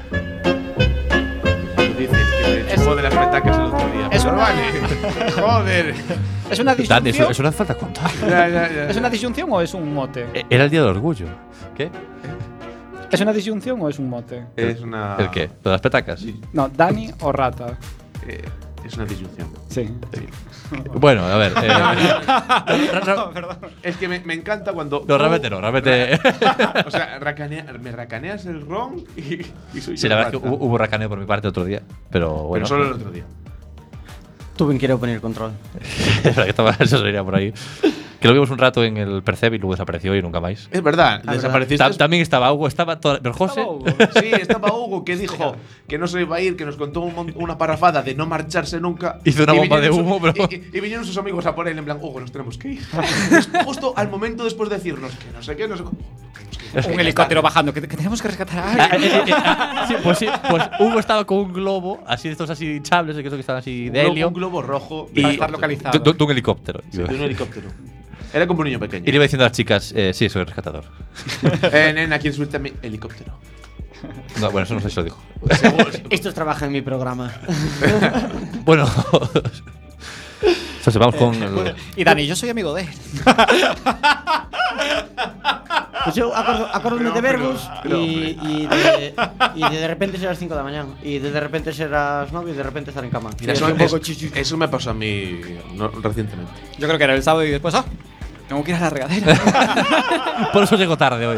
D: Dices que me chupó de las petacas el otro día.
E: es
D: pero
E: una-
D: vale. Joder.
E: ¿Es una
C: Dani, eso,
E: disyunción?
C: eso no hace falta contar.
D: Ya, ya, ya.
E: ¿Es una disyunción o es un mote?
C: E- Era el día del orgullo. ¿Qué?
E: ¿Es una disyunción o es un mote?
D: Es una.
C: ¿El qué? ¿Lo de las petacas?
D: Sí.
E: No, Dani o Rata.
D: Eh, es una disyunción.
E: Sí.
C: Bueno, a ver. eh, ra- ra-
D: Es que me, me encanta cuando.
C: no, realmente no, realmente.
D: O sea, racanea- me racaneas el ron y, y soy
C: Sí,
D: yo
C: la verdad es que
D: rata.
C: hubo, hubo racaneo por mi parte otro día. Pero bueno.
D: Pero solo el otro día.
H: Tuve que poner control.
C: Es verdad que estaba eso sería por ahí. Que lo vimos un rato en el Percebe y luego desapareció y nunca más.
D: Es Ah, verdad, desapareciste.
C: Ta- también estaba Hugo, estaba toda, pero José.
D: Sí, estaba Hugo que dijo que no se iba a ir, que nos contó un mon- una parrafada de no marcharse nunca.
C: Hizo una
D: Y
C: bomba
D: vinieron
C: de
D: su-
C: humo, bro.
D: Y, y- y vinieron sus amigos a por él en plan, Hugo, nos tenemos que ir. Es Justo al momento después de decirnos que no sé qué, no sé cómo.
E: Un helicóptero bajando, que, que tenemos que rescatar a
C: Ah,
E: alguien.
C: eh, eh, eh, ah, sí, pues sí, pues Hugo estaba con un globo, así de estos así hinchables, de que esos que estaban así de helio.
D: Un globo rojo
C: Y-
D: para estar
E: localizado.
C: de- de- de un helicóptero.
D: Sí, de un helicóptero. Era como un niño pequeño.
C: Y le iba diciendo a las chicas, eh, sí, soy rescatador.
D: Eh, nena, ¿quieres subirte a mi helicóptero?
C: No, bueno, eso no sé si lo dijo.
H: Estos trabajan en mi programa.
C: Bueno. Entonces vamos con. el-
E: Y Dani, yo soy amigo de él.
H: Pues yo acordo, acordome de verbos
D: Ah, pero,
H: y, y, de, y de, de repente ser las 5 de la mañana. Y de, de repente ser las 9 y de repente estar en cama.
D: Mira,
H: Y
D: eso,
H: así un poco
D: es-
H: chichi.
D: eso me pasó a mí no, recientemente.
E: Yo creo que era el sábado y después, ah, tengo que ir a la regadera.
C: Por eso llego tarde hoy.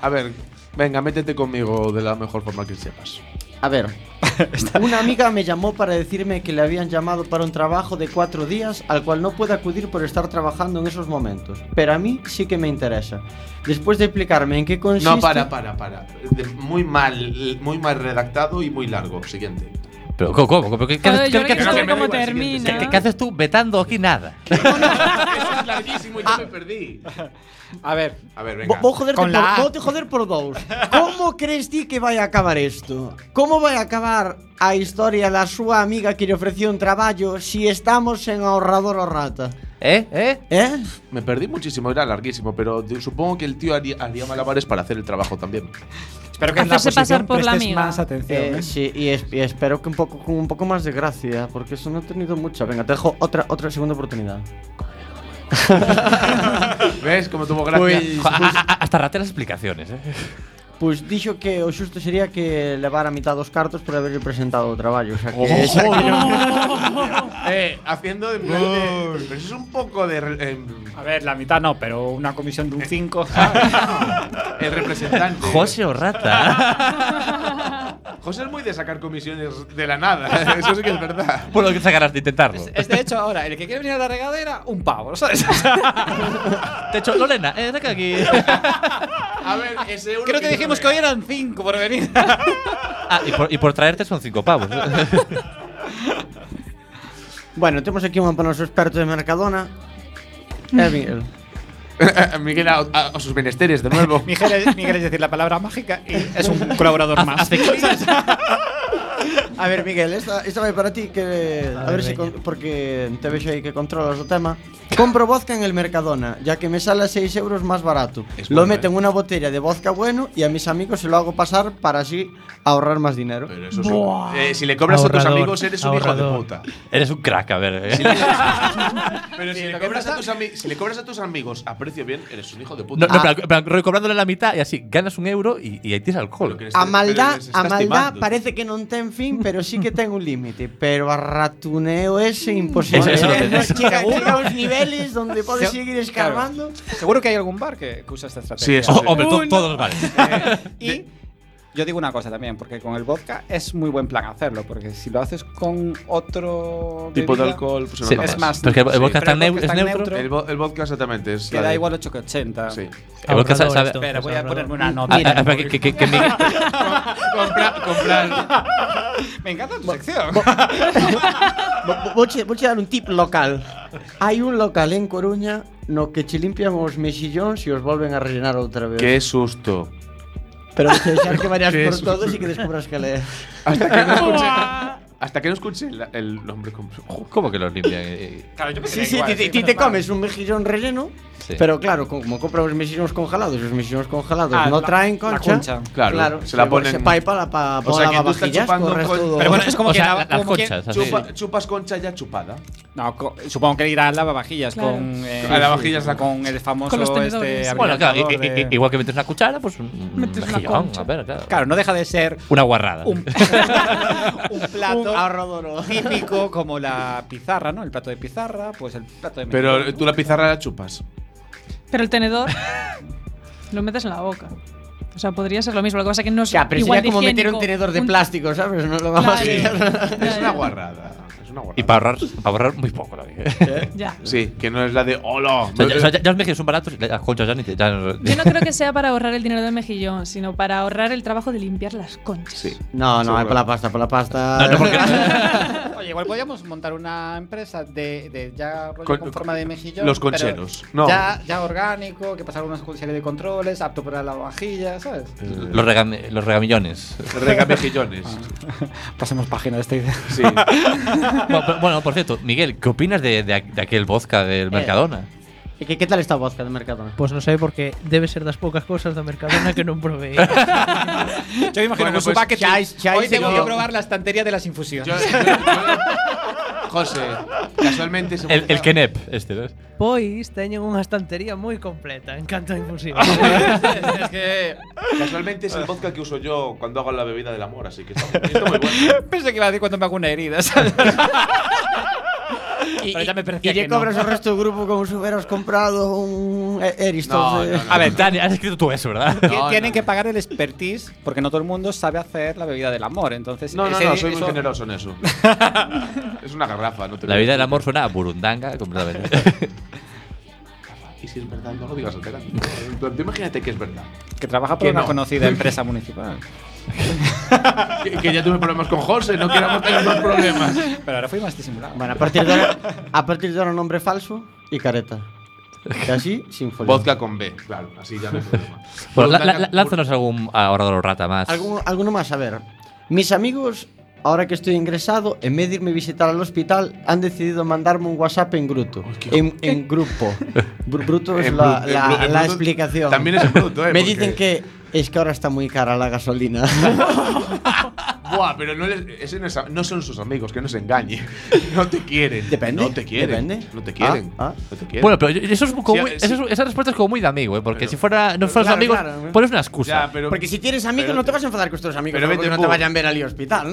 D: A ver, venga, métete conmigo de la mejor forma que sepas.
H: A ver, una amiga me llamó para decirme que le habían llamado para un trabajo de cuatro días al cual no puede acudir por estar trabajando en esos momentos. Pero a mí sí que me interesa. Después de explicarme en qué consiste...
D: No, para, para, para. De- Muy mal, muy mal redactado y muy largo. Siguiente.
C: Pero, ¿cómo? cómo? ¿Pero qué, qué-
F: Claro,
C: qué-
F: yo ahora
C: qué-
F: quiero
D: que
F: saber
D: me da
F: cómo
D: igual el siguiente,
F: termina.
C: qué- qué haces tú vetando aquí nada?
D: Eso es larguísimo y yo me perdí.
E: a ver,
D: A ver,
H: Vo-
D: venga.
H: Vou joderte
E: Con
H: por,
E: la A.
H: vou te joder por dous. Como crees ti que vai acabar isto? Como vai acabar a historia da súa amiga que lle ofrecía un traballo si estamos en ahorrador o rata?
C: ¿Eh? ¿Eh?
H: Eh?
D: Me perdí muchísimo, era larguísimo, pero de- supongo que el tío haría, haría malabares para hacer el trabajo también.
E: espero que en la
F: Hacerse
E: posición
F: pasar por la
E: prestes
F: amiga.
E: más atención.
H: eh
E: ¿eh?
H: sí, y, es- y espero que un pouco con un pouco máis de gracia, porque eso non he tenido mucha. Venga, te dejo outra outra segunda oportunidade.
D: ¿Ves cómo tuvo gracia?
C: Jo, a- a- a- hasta rate las explicaciones, ¿eh?
H: Pois Pues dixo que o xusto sería que levar a mitad dos cartos por haberlle presentado o traballo, o sea que
D: Oh, Eh, haciendo de, de- Pero eso es un poco de. re- em,
E: A ver, la mitad no, pero una comisión de un 5. Ah,
D: el representante.
C: José o Rata.
D: José es muy de sacar comisiones de la nada. Eso sí que es verdad.
C: Por lo que sacarás de intentarlo.
E: es de hecho ahora, el que quiere venir a la regadera, un pavo, ¿sabes?
C: Te echo, Lorena, eh, saca aquí.
D: A ver, ese euro.
E: Creo que
D: yo
E: dijimos
D: me-
E: que hoy eran 5 por venir.
C: Ah, y por, y por traerte son cinco pavos.
D: Oh.
H: Bueno, temos aquí un para noso experto de Mercadona. É Miguel.
D: Miguel a, a- a sus menesteres de nuevo.
E: Miguel es, Miguel es decir la palabra mágica y es un colaborador más.
H: A ver, Miguel, esta, esta vai para ti que a, ver se con, porque te vexo aí que controlas o tema. Compro vodka en el Mercadona, ya que me sale a 6 euros más barato.
D: Es
H: lo
D: bueno,
H: meto
D: eh.
H: en una botella de vodka bueno y a mis amigos se lo hago pasar para así ahorrar más dinero.
D: Pero eso sí. Eh, si le cobras a tus
I: Ahorrador,
D: amigos, eres un hijo de
I: ahorrador.
D: puta.
C: Eres un crack, a ver. eh.
D: Pero si, le cobras a tus ami- si le cobras a tus amigos a precio bien, eres un hijo de puta. Ah.
C: No, no, pero- pero recobrándole la mitad y así ganas un euro y, y ahí tienes alcohol.
D: Pero que les-
H: A
D: este, pero
H: maldad,
D: les
H: a
D: estás
H: maldad
D: timando.
H: parece que non ten fin, pero sí que ten un límite. Pero a ratuneo ese imposible.
C: Eso- eso no
H: Eh,
C: tenés.
H: chega, chega aos niveles donde podes
E: Se-
H: seguir escarbando.
E: Seguro que hay algún bar que, que usa esta estrategia. Eh,
D: Sí, eso.
C: Oh, hombre, to- todos los bares.
E: Y yo digo una cosa también, porque con el vodka es muy buen plan hacerlo, porque si lo haces con otro
D: Tipo de
E: bebida,
D: alcohol, pues
C: Sí,
D: una
E: es
D: más.
E: más.
C: Pero es que el
E: sí.
C: vodka
E: Pero
C: está neu- es neutro.
D: El, vo- el vodka exactamente es. la
E: Queda
D: de-
E: igual 8,80.
D: Sí.
C: El vodka
I: Ahorrador,
C: sabe-
I: entonces,
E: Espera, voy a
I: ahorrador.
E: ponerme una
C: Ah, ah,
E: notita.
C: espera, que- que- que- que Miguel-
D: Comprar, comprar.
E: Me encanta tu sección.
H: Vou che, vou che dar un tip local. Hai un local en Coruña no que che limpian os mexillóns e os volven a rellenar outra vez.
D: Qué susto.
H: Pero deixa deixar que varias
D: Que
H: por
D: eso.
H: todos e que descubras que le...
D: Hasta que no escuché, hasta que no escuché la- el nombre completo. Ojo.
C: ¿Cómo que los limpian? Eh, eh,
H: Sí, sí, ti, ti te comes un mexillón relleno,
C: sí.
H: pero claro, como compras os mexillóns congelados, os mexillóns congelados
E: Ah,
H: no
E: la-
H: traen
E: la
H: concha.
E: concha.
D: Claro, se la ponen-
H: Se pai para pa, pa
D: O sea,
H: la
D: que tú estás
H: lavavajillas
D: chupando
H: co resto
D: con-
H: do-
E: Pero bueno, es como
C: o
E: que
C: sea,
E: la-
C: las
E: como que-
C: conchas. así.
D: Chupa- chupas concha ya chupada.
E: No, co- supongo que irá a lavavajillas
F: Claro.
E: con. eh,
D: A lavavajillas la-
E: con el famoso.
F: Con los tenedores.
E: este,
C: Bueno, claro, i-
E: abrigador
C: i- i-
E: de-
C: igual que metes una cuchara, pues un un
F: Metes una
C: mejillón.
F: concha.
C: A ver, claro.
E: Claro, no deja de ser
C: Una guarrada.
E: un, un plato típico como la pizarra, ¿no? El plato de pizarra, pues el plato de.
D: Pero
E: mejillón.
D: tú la pizarra la chupas.
F: Pero el tenedor lo metes en la boca. O sea, podría ser lo mismo. Lo que pasa es que no es
H: Ya, pero
F: igual
H: sería como
F: de
H: meter un
F: higiénico.
H: tenedor de
F: Un-
H: plástico, ¿sabes? No lo
F: Claro.
H: vamos a tirar.
D: Es
F: Ya,
D: una
F: ya.
D: guarrada. Es una guarrada.
C: Y para ahorrar, para ahorrar muy poco la vida.
F: Ya.
D: Sí, que no es la de hola.
C: O sea, ya- o sea, ya, ya los mejillones son baratos y las conchas ya ni te. Ya, no-
F: Yo no creo que sea para ahorrar el dinero del mejillón, sino para ahorrar el trabajo de limpiar las conchas.
D: Sí.
H: No, no,
D: Seguro.
H: para la pasta, para la pasta.
C: No, no, porque-
E: Oye, igual podríamos montar una empresa de, de ya rollo
D: Con-
E: con, forma de mejillón.
D: Los
E: pero
D: concheros. No.
E: Ya, ya orgánico, que pasar una serie de controles, apto para la vajilla, ¿sabes?
C: los, regam- los regamillones.
D: Rega mejillones.
E: Pasemos página de esta idea.
D: Sí.
C: bueno, pero- bueno, por cierto, Miguel, ¿qué opinas de, de aqu- de aquel vodka del Mercadona?
F: Eh.
H: E que, que tal está o vodka de Mercadona?
I: Pues no sé, porque debe ser das pocas cosas da Mercadona que non provei.
E: Yo me imagino
D: Bueno,
E: que su
D: pues,
E: bucket
H: ya
E: list.
H: hay- ya hay
E: Hoy tengo que
H: seguido.
E: probar la estantería de las infusiones.
D: Yo- yo- yo- José, casualmente se
C: El, el Kenep, este, ¿no?
I: pois teñen unha estantería moi completa en canto a infusión.
E: es que
D: Casualmente es el vodka que uso yo cuando hago la bebida del amor, así que está muy, está muy bueno.
E: pues, pensé que iba a decir cuando me hago una herida, ¿sabes? y, Pero ya me parecía
H: E
E: que
H: lle
E: no.
H: cobras o resto do grupo como se hubieras comprado un e- Eristos.
D: No,
H: eh.
D: no, no.
C: A ver, Dani, has escrito tú eso, ¿verdad?
E: Que
D: No,
E: tienen
D: no,
E: que
D: no.
E: pagar el expertise porque no todo el mundo sabe hacer la bebida del amor. Entonces,
D: No, no,
E: ese-
D: no, soy muy
E: eso-
D: generoso en eso. es una garrafa, no te
C: La
D: lo-
C: vida del amor suena a burundanga completamente.
D: Y si es verdad, no lo digas adelante. Tú imagínate que es verdad.
E: Que trabaja por
D: Que
E: una
D: no.
E: conocida empresa municipal.
D: Que, que ya tuve problemas con José, no queramos tener más problemas.
E: Pero ahora fui más disimulado.
H: Bueno, a partir de ahora, a partir de ahora nombre falso y careta. E así, sin folio.
D: Vodka con B, claro, así ya no hay problema.
C: Bueno, la- la-
D: Burundanga-
C: la- lánzanos algún ahorrador rata más.
H: Alguno, alguno más, a ver. Mis amigos, ahora que estoy ingresado, en vez de irme a visitar al hospital, han decidido mandarme un WhatsApp en grupo. En, en grupo. Br- Bruto es
D: En
H: la,
D: bru- en
H: la-
D: bru- en
H: la
D: bruto
H: explicación.
D: También es en bruto, ¿eh?
H: Me
D: porque-
H: dicen que es que ahora está muy cara la gasolina.
D: Buah, pero no, les- ese no, es- no son sus amigos, que no se engañe. No te quieren.
H: Depende,
D: No te quieren.
H: depende.
D: No te quieren.
H: Ah, ah.
D: No te quieren.
C: Bueno, pero yo- eso es como
D: Sí,
C: muy-
D: eh,
C: eso es-
D: sí.
C: esa respuesta es como muy de amigo, ¿eh? Porque
D: Pero-
C: si fuera, no fueras
H: claro,
C: amigos,
H: claro.
C: pones una excusa.
D: ya, pero.
H: Porque si tienes amigos,
D: pero-
H: no te vas a enfadar con tus amigos.
D: pero
H: ¿no?
D: vete
H: Porque no
D: en
H: te
D: bus.
H: vayan a ver al hospital,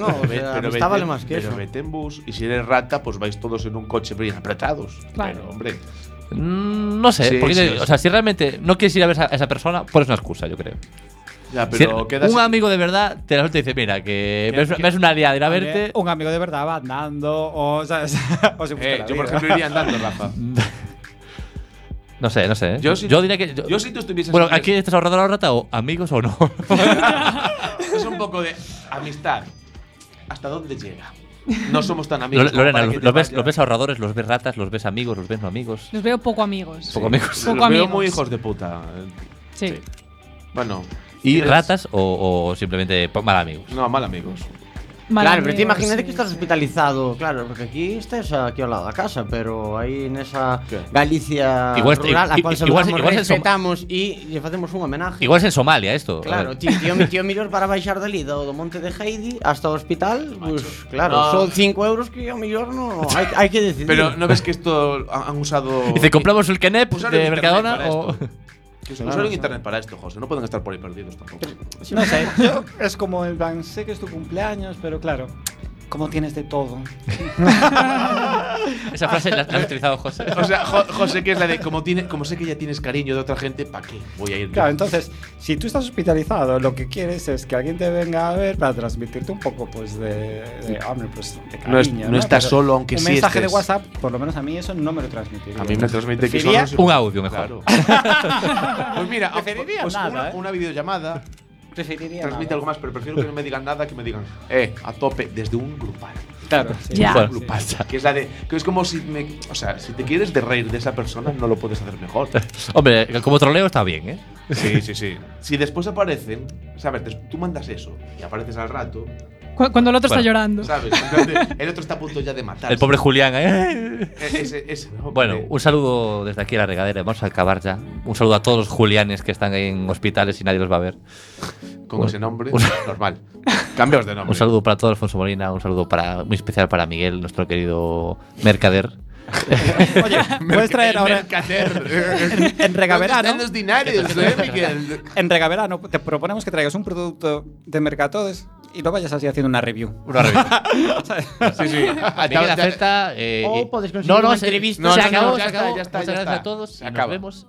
H: ¿no? O
D: Ve-
H: sea,
D: pero
H: amistad
D: vete-
H: vale más que
D: pero
H: eso.
D: vete en bus y si eres rata, pues vais todos en un coche bien apretados.
F: Claro.
D: Pero, hombre.
C: Mm, No sé,
D: Sí,
C: porque
D: sí,
C: te-
D: sí.
C: o sea, si realmente no quieres ir a ver a esa persona, pones una excusa, yo creo.
D: Ya,
C: Si
D: pero quedas.
C: un amigo de verdad te la suelta y dice, mira, que
D: Que-
C: ves,
D: que- Oh.
C: ves una aliada ir a verte.
E: Un amigo de verdad va andando o, ¿sabes? o se busca
D: Eh,
E: la
D: yo, por
E: vida.
D: ejemplo, iría andando, Rafa.
C: No sé, no sé.
D: Yo si-
C: diría que. Yo,
D: Yo si tú estuvieses.
C: bueno, aquí estás ahorrando la rata o amigos o no.
D: Es un poco de amistad. ¿Hasta dónde llega? No somos tan
C: Lo-
D: amigos. como
C: Lorena,
D: para
C: los
D: que te
C: los ves,
D: vaya-
C: los ves ahorradores, los ves ratas, los ves amigos, los ves no amigos.
F: Los veo poco amigos.
C: Poco amigos.
F: Poco
D: Los veo
F: amigos.
D: muy hijos de puta.
F: Sí.
D: Sí. Bueno.
C: ¿Y
D: tienes-
C: ratas o, o simplemente po- mal amigos?
D: No, mal amigos.
F: Mal
H: Claro, pero te
F: amigos,
H: imagínate
F: sí,
H: que estás
F: sí.
H: hospitalizado, claro, porque aquí estás aquí al lado de casa, pero ahí en esa
D: ¿Qué?
H: Galicia
C: Igual-
H: rural, a
C: i-
H: cual
C: i-
H: se
C: igual- igual en Soma-
H: respetamos e lle facemos un homenaje.
C: Igual es en Somalia esto.
H: Claro, tío, tío, tío mellor para baixar dali do, do Monte de Heidi hasta o hospital, pues, claro,
D: No.
H: son 5 euros que ao mellor no hai, hai que decidir.
D: Pero no ves que esto ha- han usado.
C: Dice, compramos el Kenep
D: Usaron
C: de
D: internet
C: Mercadona
D: para
C: o.
D: esto. Que usaron
H: Claro,
D: internet para esto, José. No pueden estar por ahí perdidos tampoco.
E: No sé, yo- es como el plan, sé que es tu cumpleaños, pero claro,
K: ¿Cómo tienes de todo?
C: Esa frase la, la ha utilizado José.
D: O sea, Jo- José, que es la de como, tiene, como sé que ya tienes cariño de otra gente, ¿para qué voy a ir? yo?
E: Claro, entonces, si tú estás hospitalizado, lo que quieres es que alguien te venga a ver para transmitirte un poco, pues, de, de, hombre, pues, de
D: No es-
E: cariño,
D: no estás solo, aunque
E: un
D: sí
E: mensaje
D: estés.
E: de WhatsApp, por lo menos a mí eso no me lo transmitiría.
D: A mí me transmite que
E: Preferiría-
D: solo-
C: Un audio mejor.
D: Claro. pues mira,
E: Preferiría
D: pues
E: nada,
D: una,
E: ¿eh?
D: una videollamada
E: Preferiría
D: transmite
E: nada.
D: algo más, pero prefiero que no me digan nada que me digan, eh, a tope, desde un grupal.
E: Claro, sí.
F: Ya.
C: Bueno,
D: grupal. Que es la de. Que es como si me. O sea, si te quieres de reír de esa persona, no lo puedes hacer mejor.
C: Hombre, como troleo está bien, ¿eh?
D: Sí, sí, sí. Si después aparecen, ¿sabes? Des- Tú mandas eso y apareces al rato,
F: Cu- Cuando el otro
C: Bueno.
F: está llorando.
D: ¿sabes? En plan de, El otro está a punto ya de matar.
C: El pobre Julián, ¿eh?
D: Ese, ese, ¿no?
C: Bueno,
D: Eh,
C: un saludo desde aquí a la regadera. Vamos a acabar ya. Un saludo a todos los Julianes que están ahí en hospitales y nadie los va a ver.
D: con
C: un-
D: ese nombre,
C: un-
D: normal. Cambios de nombre.
C: Un saludo para todo Alfonso Molina, un saludo para, muy especial para Miguel, nuestro querido mercader.
E: Oye, puedes traer ahora.
D: Mercader.
E: En, en regaverano.
D: los dinarios, eh, Miguel?
E: En regaverano te proponemos que traigas un producto de Mercatodes y lo vayas así haciendo una review.
C: Una revista.
D: Sí, sí.
C: Miguel acepta. eh,
H: O
C: y-
H: puedes conseguir
C: no, no,
H: una
C: se, se
H: entrevista.
D: No, no, no,
C: acabó,
D: ya
C: se
D: está,
C: acabó.
D: ya está,
C: Muchas
D: ya
C: gracias
D: está.
C: a todos.
D: Se
C: y nos
D: acaba.
C: vemos